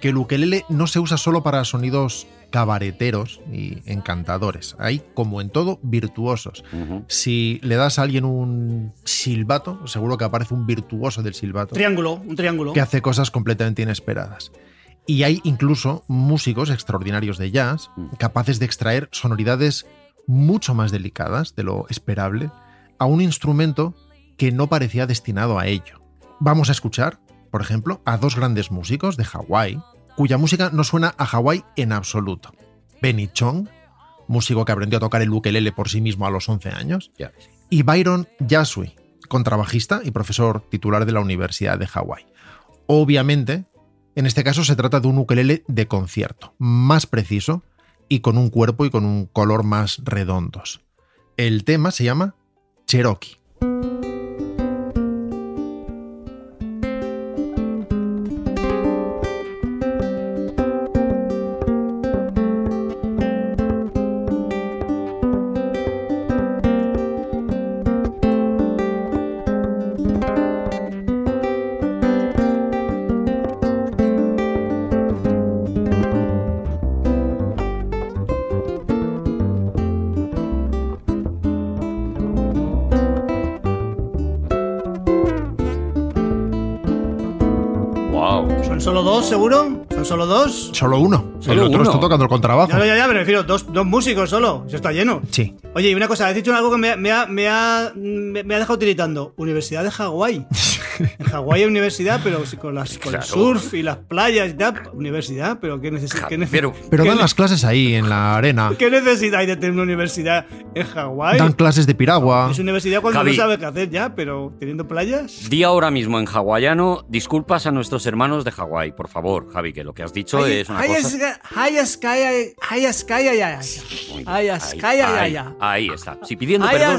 Speaker 5: que el ukelele no se usa solo para sonidos cabareteros y encantadores. Hay, como en todo, virtuosos. Uh -huh. Si le das a alguien un silbato, seguro que aparece un virtuoso del silbato.
Speaker 4: Triángulo, un triángulo.
Speaker 5: Que hace cosas completamente inesperadas. Y hay incluso músicos extraordinarios de jazz capaces de extraer sonoridades mucho más delicadas de lo esperable a un instrumento que no parecía destinado a ello. Vamos a escuchar, por ejemplo, a dos grandes músicos de Hawái, cuya música no suena a Hawái en absoluto. Benny Chong, músico que aprendió a tocar el ukelele por sí mismo a los 11 años, yeah. y Byron Yasui, contrabajista y profesor titular de la Universidad de Hawái. Obviamente, en este caso se trata de un ukelele de concierto, más preciso y con un cuerpo y con un color más redondos. El tema se llama Cherokee.
Speaker 4: seguro? ¿Son solo dos?
Speaker 5: Solo uno. Solo el otro uno. está tocando el contrabajo.
Speaker 4: Ya, ya, ya, me refiero, dos, dos músicos solo. Eso está lleno.
Speaker 5: Sí.
Speaker 4: Oye, y una cosa, has dicho algo que me, me, ha, me, ha, me ha, dejado tiritando. Universidad de Hawái. en Hawái hay universidad, pero con, las, con claro. el surf y las playas y tal. Universidad, pero ¿qué necesitas?
Speaker 5: Pero, pero dan las clases ahí, en la arena.
Speaker 4: ¿Qué necesidad hay de tener una universidad en Hawái?
Speaker 5: Dan clases de piragua.
Speaker 4: Es universidad cuando Javi, no sabes qué hacer ya, pero teniendo playas.
Speaker 2: Di ahora mismo en hawaiano disculpas a nuestros hermanos de Hawái, por favor, Javi, que lo que has dicho
Speaker 4: hay,
Speaker 2: es una cosa... Ahí está. Si sí, pidiendo perdón.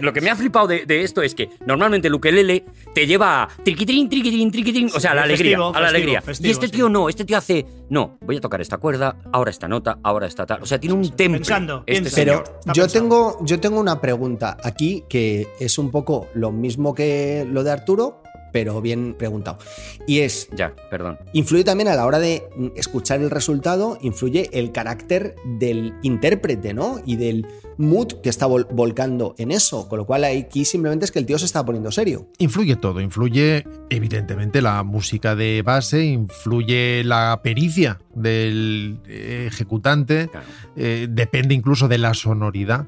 Speaker 2: Lo que me ha flipado de, de, esto es que normalmente el ukelele te lleva a triquitrin, triquitrin, triquitrin, o sea, a la alegría, festivo, a la alegría. Festivo, festivo, y este tío no, este tío hace, no, voy a tocar esta cuerda, ahora esta nota, ahora esta tal, o sea, tiene un tempo.
Speaker 4: Pensando,
Speaker 2: este
Speaker 3: pero yo tengo, yo tengo una pregunta aquí que es un poco lo mismo que lo de Arturo, pero bien preguntado. Y es.
Speaker 2: Ya, perdón.
Speaker 3: Influye también a la hora de escuchar el resultado, influye el carácter del intérprete, ¿no? Y del mood que está vol volcando en eso. Con lo cual aquí simplemente es que el tío se está poniendo serio.
Speaker 5: Influye todo. Influye, evidentemente, la música de base, influye la pericia del eh, ejecutante, claro. eh, depende incluso de la sonoridad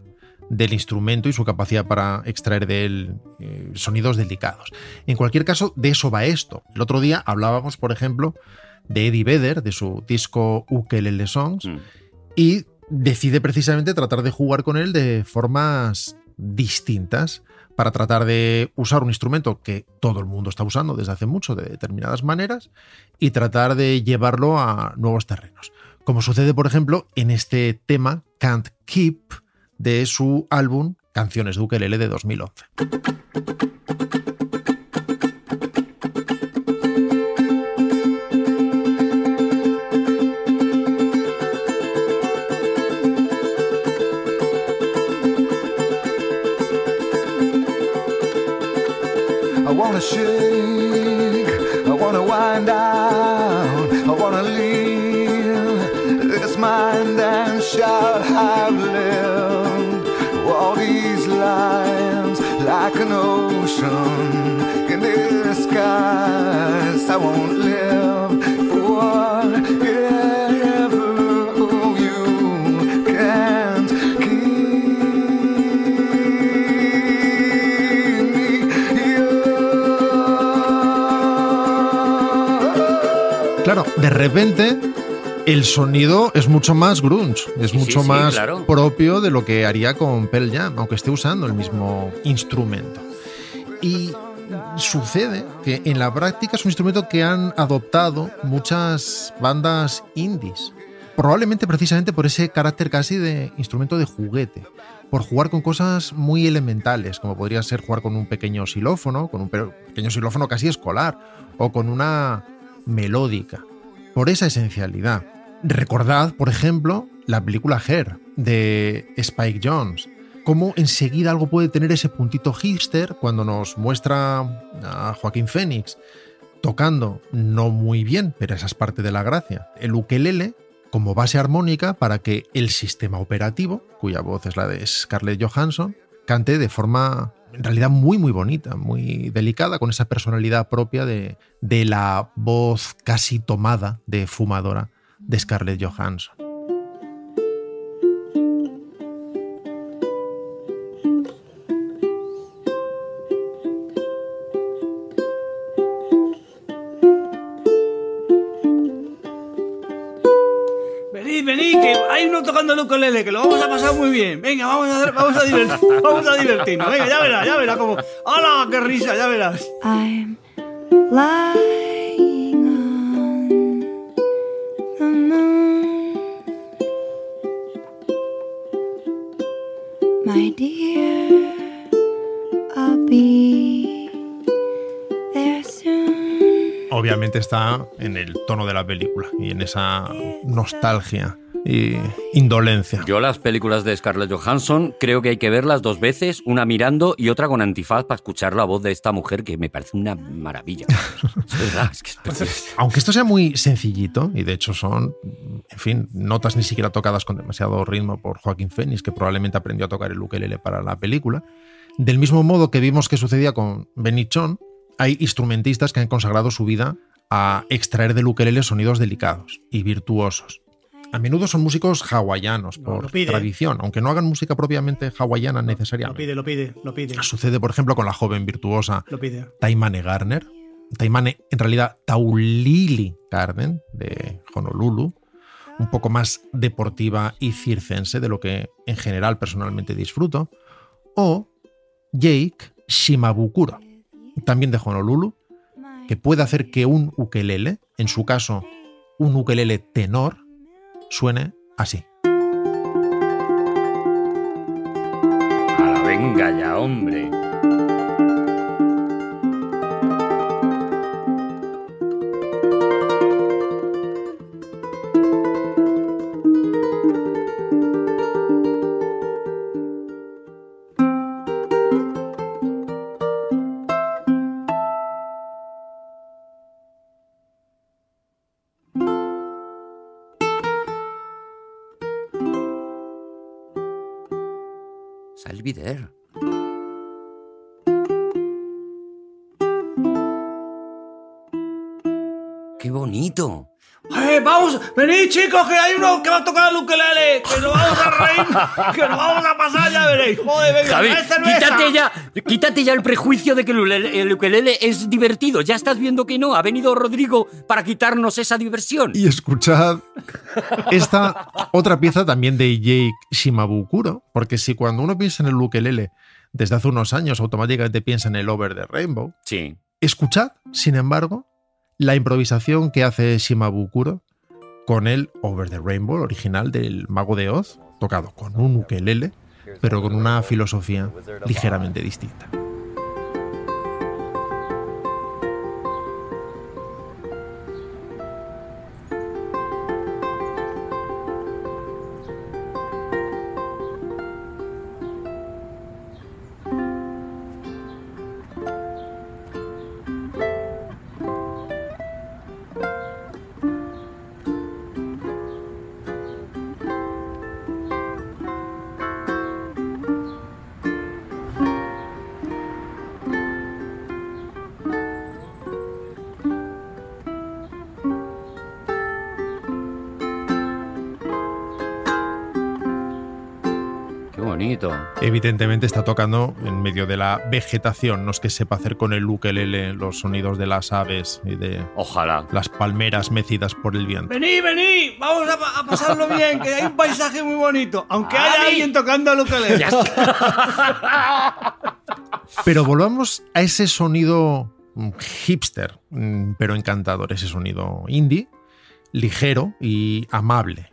Speaker 5: del instrumento y su capacidad para extraer de él eh, sonidos delicados. En cualquier caso, de eso va esto. El otro día hablábamos, por ejemplo, de Eddie Vedder, de su disco Ukelele Songs, mm. y decide precisamente tratar de jugar con él de formas distintas para tratar de usar un instrumento que todo el mundo está usando desde hace mucho de determinadas maneras y tratar de llevarlo a nuevos terrenos. Como sucede, por ejemplo, en este tema Can't Keep, de su álbum Canciones Duque de 2011.
Speaker 12: shake. I wanna wind down. I wanna leave this mind and shout I've lived all these lives like an ocean in the skies. I won't live forever. Oh, you can't keep me young.
Speaker 5: Claro, de repente el sonido es mucho más grunge, es
Speaker 2: Sí,
Speaker 5: mucho
Speaker 2: sí,
Speaker 5: más
Speaker 2: claro.
Speaker 5: propio de lo que haría con Pearl Jam, aunque esté usando el mismo instrumento. Y sucede que en la práctica es un instrumento que han adoptado muchas bandas indies, probablemente precisamente por ese carácter casi de instrumento de juguete, por jugar con cosas muy elementales, como podría ser jugar con un pequeño xilófono, con un pe- pequeño xilófono casi escolar, o con una melódica por esa esencialidad. Recordad, por ejemplo, la película Hair de Spike Jones. Cómo enseguida algo puede tener ese puntito hipster cuando nos muestra a Joaquín Phoenix tocando no muy bien, pero esa es parte de la gracia. El ukelele como base armónica para que el sistema operativo, cuya voz es la de Scarlett Johansson, cante de forma en realidad muy muy bonita, muy delicada, con esa personalidad propia de, de la voz casi tomada de fumadora de Scarlett Johansson.
Speaker 4: Venid, venid, que hay uno tocando el ukelele, que lo vamos a pasar muy bien. Venga, vamos a, hacer- vamos a, divertir, vamos a divertirnos. Venga, ya verás, ya verás como... ¡Hala, qué risa, ya verás!
Speaker 8: I'm lying on the moon. My dear, I'll be there soon.
Speaker 5: Obviamente está en el tono de la película y en esa nostalgia y indolencia.
Speaker 2: Yo las películas de Scarlett Johansson creo que hay que verlas dos veces, una mirando y otra con antifaz para escuchar la voz de esta mujer que me parece una maravilla. es verdad, es que es preciosa.
Speaker 5: Aunque esto sea muy sencillito, y de hecho son, en fin, notas ni siquiera tocadas con demasiado ritmo por Joaquín Phoenix, que probablemente aprendió a tocar el ukelele para la película, del mismo modo que vimos que sucedía con Benny Chon, hay instrumentistas que han consagrado su vida a extraer del ukelele sonidos delicados y virtuosos. A menudo son músicos hawaianos por
Speaker 4: lo pide.
Speaker 5: tradición, aunque no hagan música propiamente hawaiana
Speaker 4: Lo
Speaker 5: necesariamente.
Speaker 4: pide, lo pide, lo pide,
Speaker 5: Sucede, por ejemplo, con la joven virtuosa
Speaker 4: lo pide.
Speaker 5: Taimane Garner. Taimane, en realidad, Taulili Garden, de Honolulu. Un poco más deportiva y circense de lo que en general personalmente disfruto. O Jake Shimabukuro, también de Honolulu, que puede hacer que un ukelele, en su caso, un ukelele tenor, suene así.
Speaker 2: Ahora, venga ya, hombre. Sal Bider. ¡Qué bonito!
Speaker 4: ¡Eh, vamos! ¡Venid, chicos, que hay uno que va a tocar el ukelele! ¡Que nos vamos a reír! ¡Que nos vamos a pasar, ya veréis! ¡Joder, venga! este
Speaker 2: Javi,
Speaker 4: traed cerveza.
Speaker 2: quítate ya, quítate ya el prejuicio de que el ulele- el ukelele es divertido. Ya estás viendo que no. Ha venido Rodrigo para quitarnos esa diversión.
Speaker 5: Y escuchad esta otra pieza también de Jake Shimabukuro, porque si cuando uno piensa en el ukelele desde hace unos años automáticamente piensa en el Over the Rainbow,
Speaker 2: Sí.
Speaker 5: escuchad, sin embargo, la improvisación que hace Shimabukuro con el Over the Rainbow original del Mago de Oz, tocado con un ukelele, pero con una filosofía ligeramente distinta.
Speaker 15: bonito.
Speaker 5: Evidentemente está tocando en medio de la vegetación. No es que sepa hacer con el ukelele los sonidos de las aves y de
Speaker 15: Ojalá.
Speaker 5: las palmeras mecidas por el viento.
Speaker 4: Vení, vení, vamos a, pa- a pasarlo bien, que hay un paisaje muy bonito. Aunque haya alguien tocando el ukelele.
Speaker 5: Pero volvamos a ese sonido mm, hipster, mm, pero encantador, ese sonido indie, ligero y amable.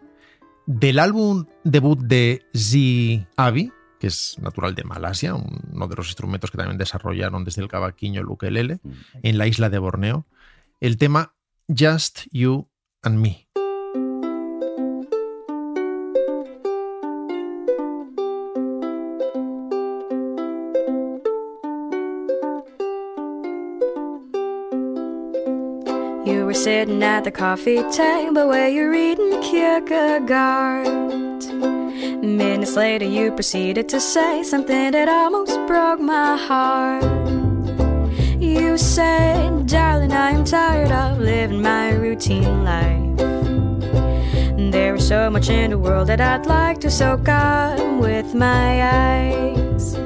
Speaker 5: Del álbum debut de Z Avi, que es natural de Malasia, un- uno de los instrumentos que también desarrollaron desde el cavaquinho el ukelele, en la isla de Borneo, el tema Just You and Me.
Speaker 8: You were sitting at the coffee table where you're reading Kierkegaard. Minutes later, you proceeded to say something that almost broke my heart. You said, Darling, I am tired of living my routine life. There is so much in the world that I'd like to soak up with my eyes.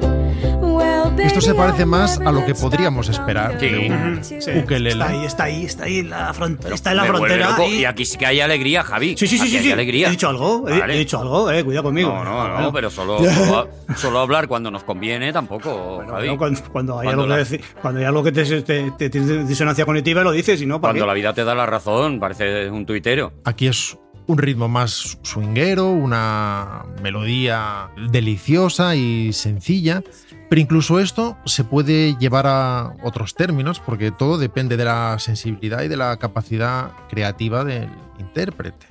Speaker 8: Well, baby,
Speaker 5: Esto se parece
Speaker 8: I'm
Speaker 5: más a lo que
Speaker 8: living
Speaker 5: podríamos esperar
Speaker 15: Sí.
Speaker 5: de un
Speaker 4: Sí,
Speaker 5: ukelele.
Speaker 4: Está ahí, está ahí, está ahí en la, fron- está en la
Speaker 15: Me vuelve
Speaker 4: frontera.
Speaker 15: loco.
Speaker 4: ahí.
Speaker 15: Y aquí sí que hay alegría, Javi.
Speaker 4: Sí, sí, sí,
Speaker 15: Aquí
Speaker 4: sí,
Speaker 15: hay
Speaker 4: sí.
Speaker 15: alegría.
Speaker 4: He dicho algo, he-
Speaker 15: Vale.
Speaker 4: he, dicho algo, eh, cuidado conmigo.
Speaker 15: No, no, no, pero solo, solo, solo hablar cuando nos conviene tampoco, Javi.
Speaker 4: Bueno, cuando, cuando hay
Speaker 15: Cuando
Speaker 4: algo
Speaker 15: la-
Speaker 4: que decir- cuando hay algo que te, te- te- te- disonancia cognitiva lo dices y no para
Speaker 15: Cuando
Speaker 4: qué?
Speaker 15: la vida te da la razón, parece un tuitero.
Speaker 5: Aquí es un ritmo más swinguero, una melodía deliciosa y sencilla, pero incluso esto se puede llevar a otros términos porque todo depende de la sensibilidad y de la capacidad creativa del intérprete.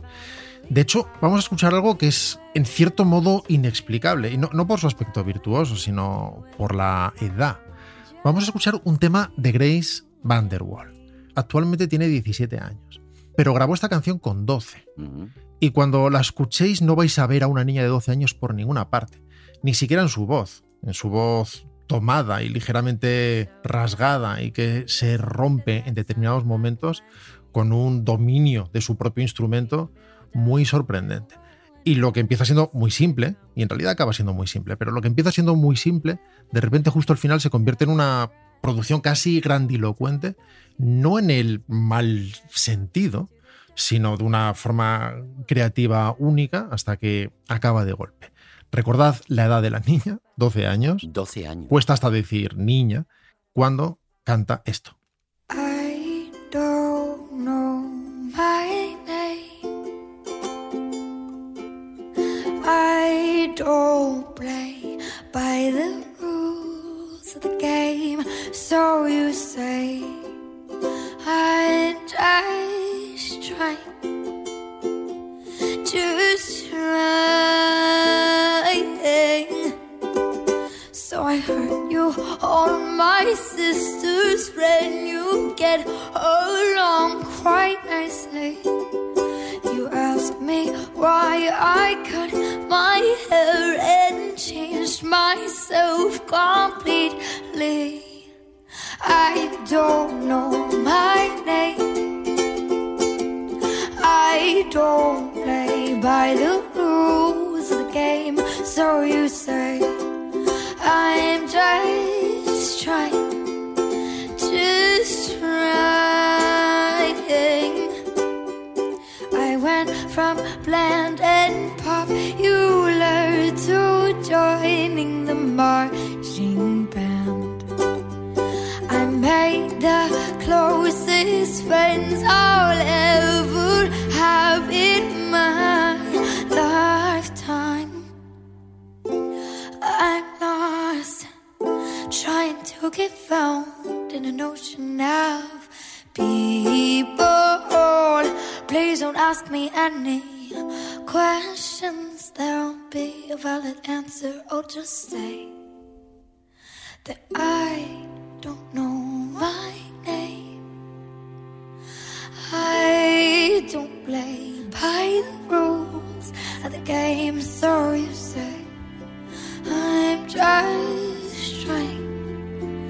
Speaker 5: De hecho, vamos a escuchar algo que es en cierto modo inexplicable, y no, no por su aspecto virtuoso, sino por la edad. Vamos a escuchar un tema de Grace Vanderwall. Actualmente tiene 17 años, pero grabó esta canción con 12.
Speaker 15: Ujú.
Speaker 5: Y cuando la escuchéis no vais a ver a una niña de 12 años por ninguna parte, ni siquiera en su voz, en su voz tomada y ligeramente rasgada y que se rompe en determinados momentos con un dominio de su propio instrumento muy sorprendente. Y lo que empieza siendo muy simple, y en realidad acaba siendo muy simple, pero lo que empieza siendo muy simple, de repente justo al final se convierte en una producción casi grandilocuente, no en el mal sentido, sino de una forma creativa única hasta que acaba de golpe. Recordad la edad de la niña, 12 años,
Speaker 15: 12 años.
Speaker 5: cuesta hasta decir niña, cuando canta esto.
Speaker 8: I don't know my name. I don't play by the rules of the game, so you say. I just try, just trying. So I hurt you, all my sister's friend. You get along quite nicely. You asked me why I cut my hair and changed myself completely. I don't know my name. I don't play by the rules of the game, so you say. I'm just trying, just trying. I went from bland and popular to joining the marching band. I made the closest friends I'll ever have in my lifetime. I'm lost, trying to get found in an ocean of people. Please don't ask me any questions. There won't be a valid answer. I'll just say that I don't know my name. I don't play by the rules of the game, so you say. I'm just trying,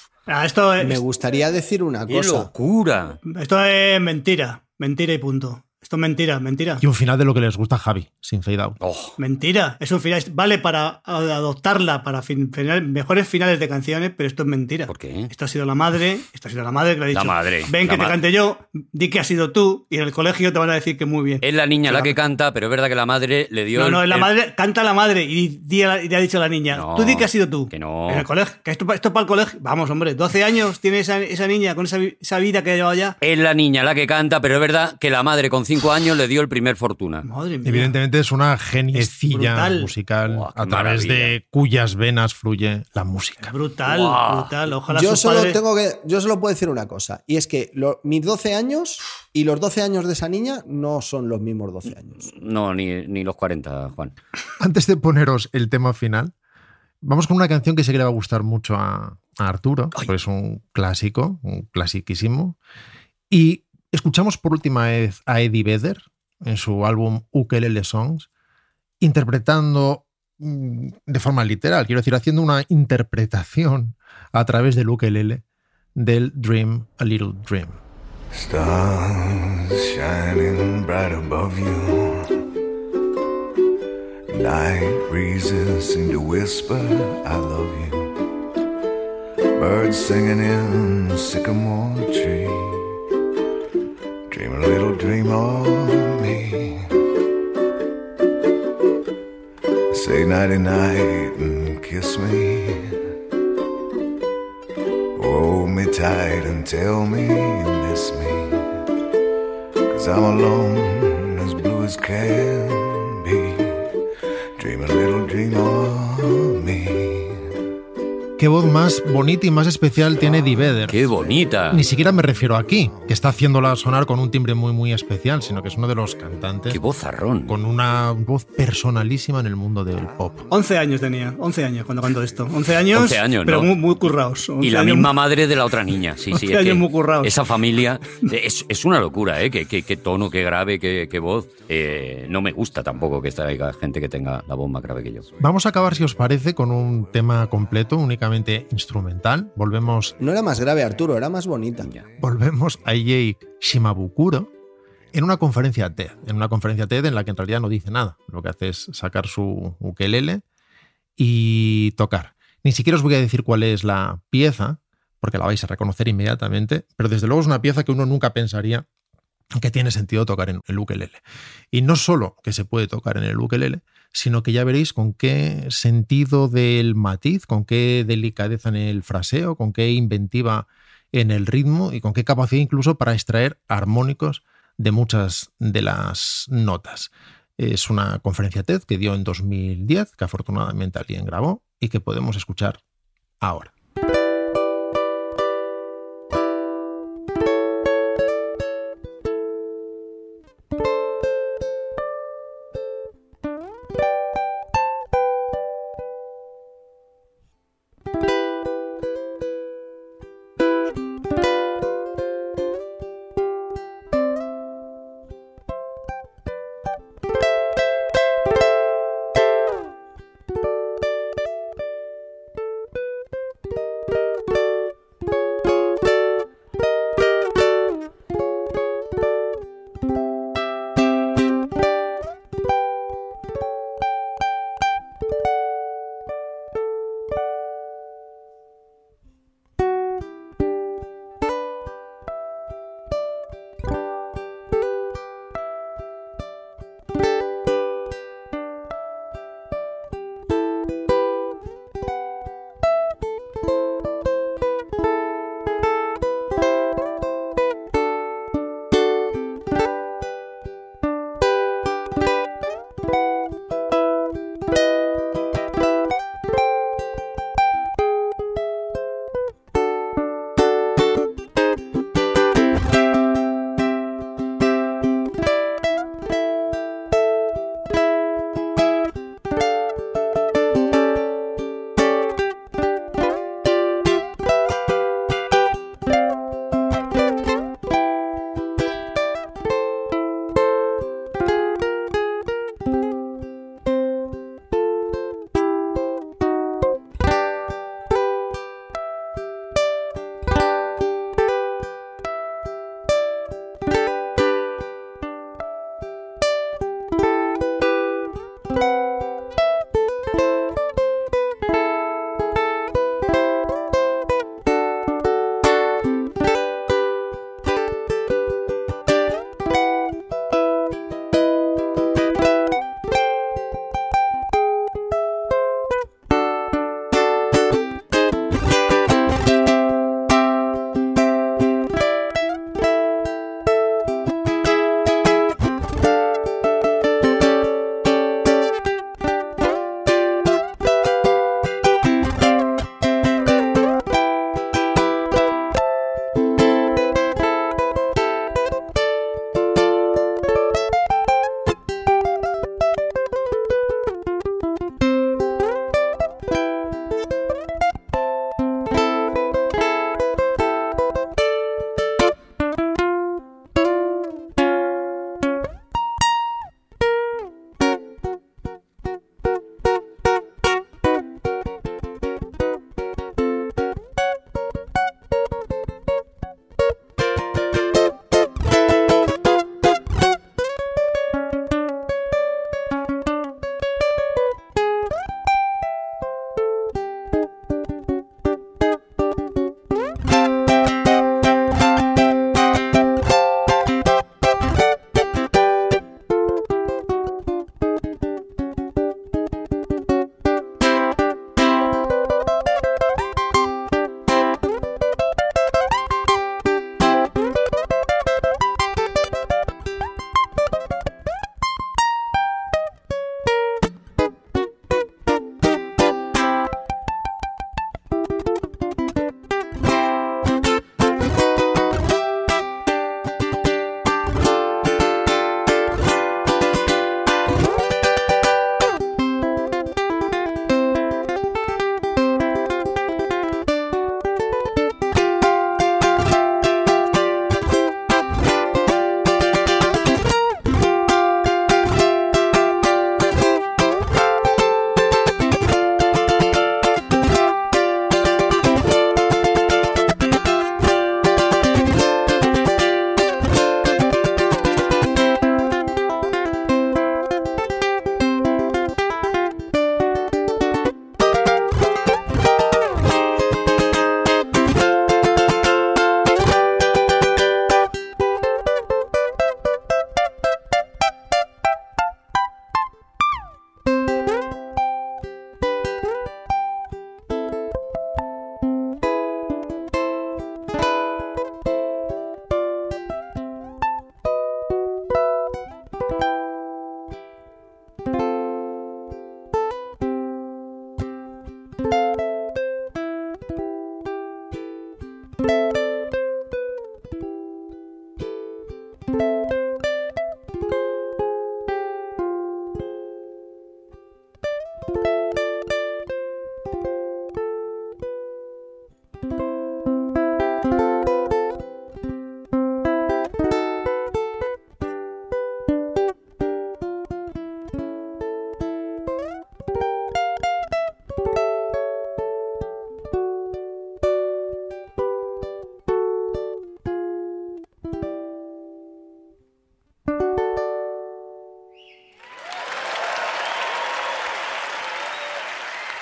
Speaker 4: Ah, esto es,
Speaker 3: Me gustaría decir una
Speaker 2: ¡Qué
Speaker 3: cosa.
Speaker 2: locura!
Speaker 4: esto es mentira. Mentira y punto. Esto es mentira, mentira.
Speaker 5: Y un final de lo que les gusta a Javi, sin fade out.
Speaker 2: Oh,
Speaker 4: Mentira. Es un final. Vale para ad- adoptarla para fin- final- mejores finales de canciones, pero esto es mentira.
Speaker 2: ¿Por qué?
Speaker 4: Esto ha sido la madre. Esto ha sido la madre que le ha dicho.
Speaker 2: La madre,
Speaker 4: Ven
Speaker 2: la
Speaker 4: que te
Speaker 2: ma-
Speaker 4: cante yo. Di que has sido tú. Y en el colegio te van a decir que muy bien.
Speaker 2: Es la niña la que canta, pero es verdad que la madre le dio.
Speaker 4: no,
Speaker 2: el-
Speaker 4: no, es la
Speaker 2: el-
Speaker 4: madre, canta la madre y, di a la- y le ha dicho a la niña,
Speaker 2: No,
Speaker 4: tú di que has sido tú.
Speaker 2: que no.
Speaker 4: En el colegio, que esto, esto es para el colegio. Vamos, hombre, 12 años tiene esa, esa niña con esa, vi- esa vida que ha llevado ya.
Speaker 2: Es la niña la que canta, pero es verdad que la madre con cinco años le dio el primer fortuna.
Speaker 4: Madre mía.
Speaker 5: Evidentemente es una geniecilla
Speaker 4: brutal.
Speaker 5: musical
Speaker 2: Buah, qué
Speaker 5: a través de
Speaker 2: maravilla.
Speaker 5: cuyas venas fluye la música.
Speaker 4: Brutal,
Speaker 2: Guau.
Speaker 4: brutal. Ojalá
Speaker 3: Yo
Speaker 4: sus
Speaker 3: solo,
Speaker 4: padres-
Speaker 3: tengo que, yo solo puedo decir una cosa, y es que lo- mis 12 años y los 12 años de esa niña no son los mismos 12 años.
Speaker 2: No, ni, ni los 40, Juan.
Speaker 5: Antes de poneros el tema final, vamos con una canción que sé que le va a gustar mucho a, a Arturo, porque es un clásico, un clasiquísimo. Y escuchamos por última vez a Eddie Vedder en su álbum Ukelele Songs, interpretando mm, de forma literal, quiero decir, haciendo una interpretación a través del ukelele del Dream a Little Dream.
Speaker 1: Stars shining bright above you. Night breezes seem to whisper, I love you. Birds singing in the sycamore tree. Dream a little dream of me. Say nighty night and kiss me. Hold me tight and tell me you miss me. Cause I'm alone, as blue as can be. Dream a little dream of me.
Speaker 5: Qué voz más bonita y más especial tiene Eddie Vedder.
Speaker 2: ¡Qué bonita!
Speaker 5: Ni siquiera me refiero aquí, que está haciéndola sonar con un timbre muy muy especial, sino que es uno de los cantantes
Speaker 2: ¡Qué bozarrón!
Speaker 5: con una voz personalísima en el mundo del pop.
Speaker 4: 11 años tenía, 11 años cuando cantó esto. 11 años,
Speaker 2: 11 años,
Speaker 4: pero muy,
Speaker 2: ¿no?
Speaker 4: muy currados. 11
Speaker 2: Y la
Speaker 4: años
Speaker 2: misma
Speaker 4: muy-
Speaker 2: madre de la otra niña. Sí, sí.
Speaker 4: Hostia,
Speaker 2: es que
Speaker 4: yo muy currao.
Speaker 2: esa familia es, es una locura, ¿eh? Qué, qué- qué tono, qué grave, qué, qué voz. Eh, no me gusta tampoco que esta- haya gente que tenga la voz más grave que yo.
Speaker 5: Vamos a acabar, si os parece, con un tema completo, únicamente instrumental. Volvemos,
Speaker 3: No era más grave, Arturo, era más bonita.
Speaker 5: volvemos a Jake Shimabukuro en una conferencia TED, en una conferencia TED en la que en realidad no dice nada. Lo que hace es sacar su ukelele y tocar. Ni siquiera os voy a decir cuál es la pieza, porque la vais a reconocer inmediatamente, pero desde luego es una pieza que uno nunca pensaría que tiene sentido tocar en el ukelele. Y no solo que se puede tocar en el ukelele, sino que ya veréis con qué sentido del matiz, con qué delicadeza en el fraseo, con qué inventiva en el ritmo y con qué capacidad incluso para extraer armónicos de muchas de las notas. Es una conferencia TED que dio en 2010, que afortunadamente alguien grabó y que podemos escuchar ahora.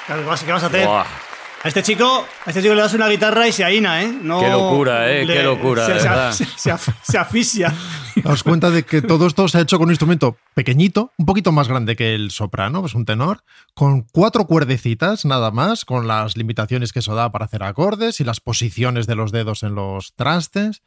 Speaker 4: Claro, ¿Qué vas, qué vas a hacer? A este chico, a este chico le das una guitarra y se aína, ¿eh? No,
Speaker 2: Qué locura, ¿eh? Qué locura,
Speaker 4: se,
Speaker 2: de
Speaker 4: se-
Speaker 2: verdad.
Speaker 4: se- se af- se asfixia.
Speaker 5: Daos cuenta de que todo esto se ha hecho con un instrumento pequeñito, un poquito más grande que el soprano, pues un tenor, con cuatro cuerdecitas nada más, con las limitaciones que eso da para hacer acordes y las posiciones de los dedos en los trastes.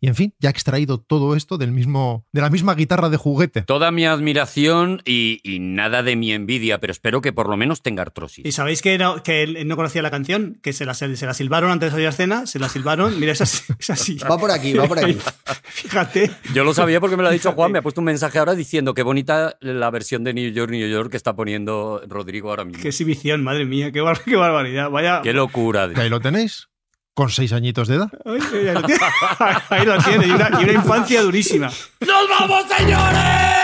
Speaker 5: Y en fin, ya he extraído todo esto del mismo, de la misma guitarra de juguete.
Speaker 2: Toda mi admiración y, y nada de mi envidia, pero espero que por lo menos tenga artrosis.
Speaker 4: ¿Y sabéis que no, que él no conocía la canción? Que se la, se la silbaron antes de salir a escena, se la silbaron. Mira, es así. Es así.
Speaker 3: Va por aquí, va por aquí.
Speaker 4: Fíjate.
Speaker 2: Yo lo sabía porque me lo ha dicho Juan, me ha puesto un mensaje ahora diciendo qué bonita la versión de New York, New York que está poniendo Rodrigo ahora mismo.
Speaker 4: Qué
Speaker 2: Qué,
Speaker 4: exhibición, madre mía, qué, bar- qué barbaridad. Vaya.
Speaker 2: locura.
Speaker 5: Que ahí lo tenéis, con seis añitos de edad.
Speaker 4: Ay, ay, ahí lo tiene. Ahí lo tiene. Y una, y una infancia durísima.
Speaker 7: ¡Nos vamos, señores!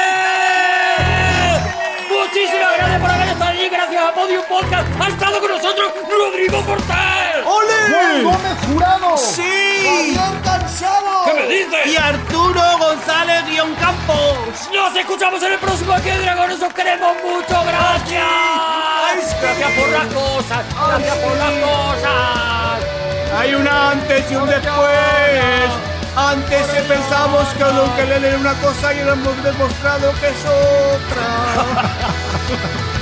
Speaker 7: Muchísimas gracias por haber estado allí. Gracias a Podium Podcast. Ha estado con nosotros Rodrigo Cortés.
Speaker 16: Juan
Speaker 4: ¡Ole!
Speaker 16: Gómez Jurado.
Speaker 4: ¡Sí!
Speaker 16: Javier Cansado.
Speaker 7: ¿Qué me dices?
Speaker 4: Y Arturo González Guión Campos.
Speaker 7: Nos escuchamos en el próximo Aquí hay Dragones. Os queremos mucho. Gracias. Gracias por las cosas. Gracias por las cosas.
Speaker 4: Hay una antes y un después. Antes pensamos que Don Kelele era una cosa y ahora hemos demostrado que es otra.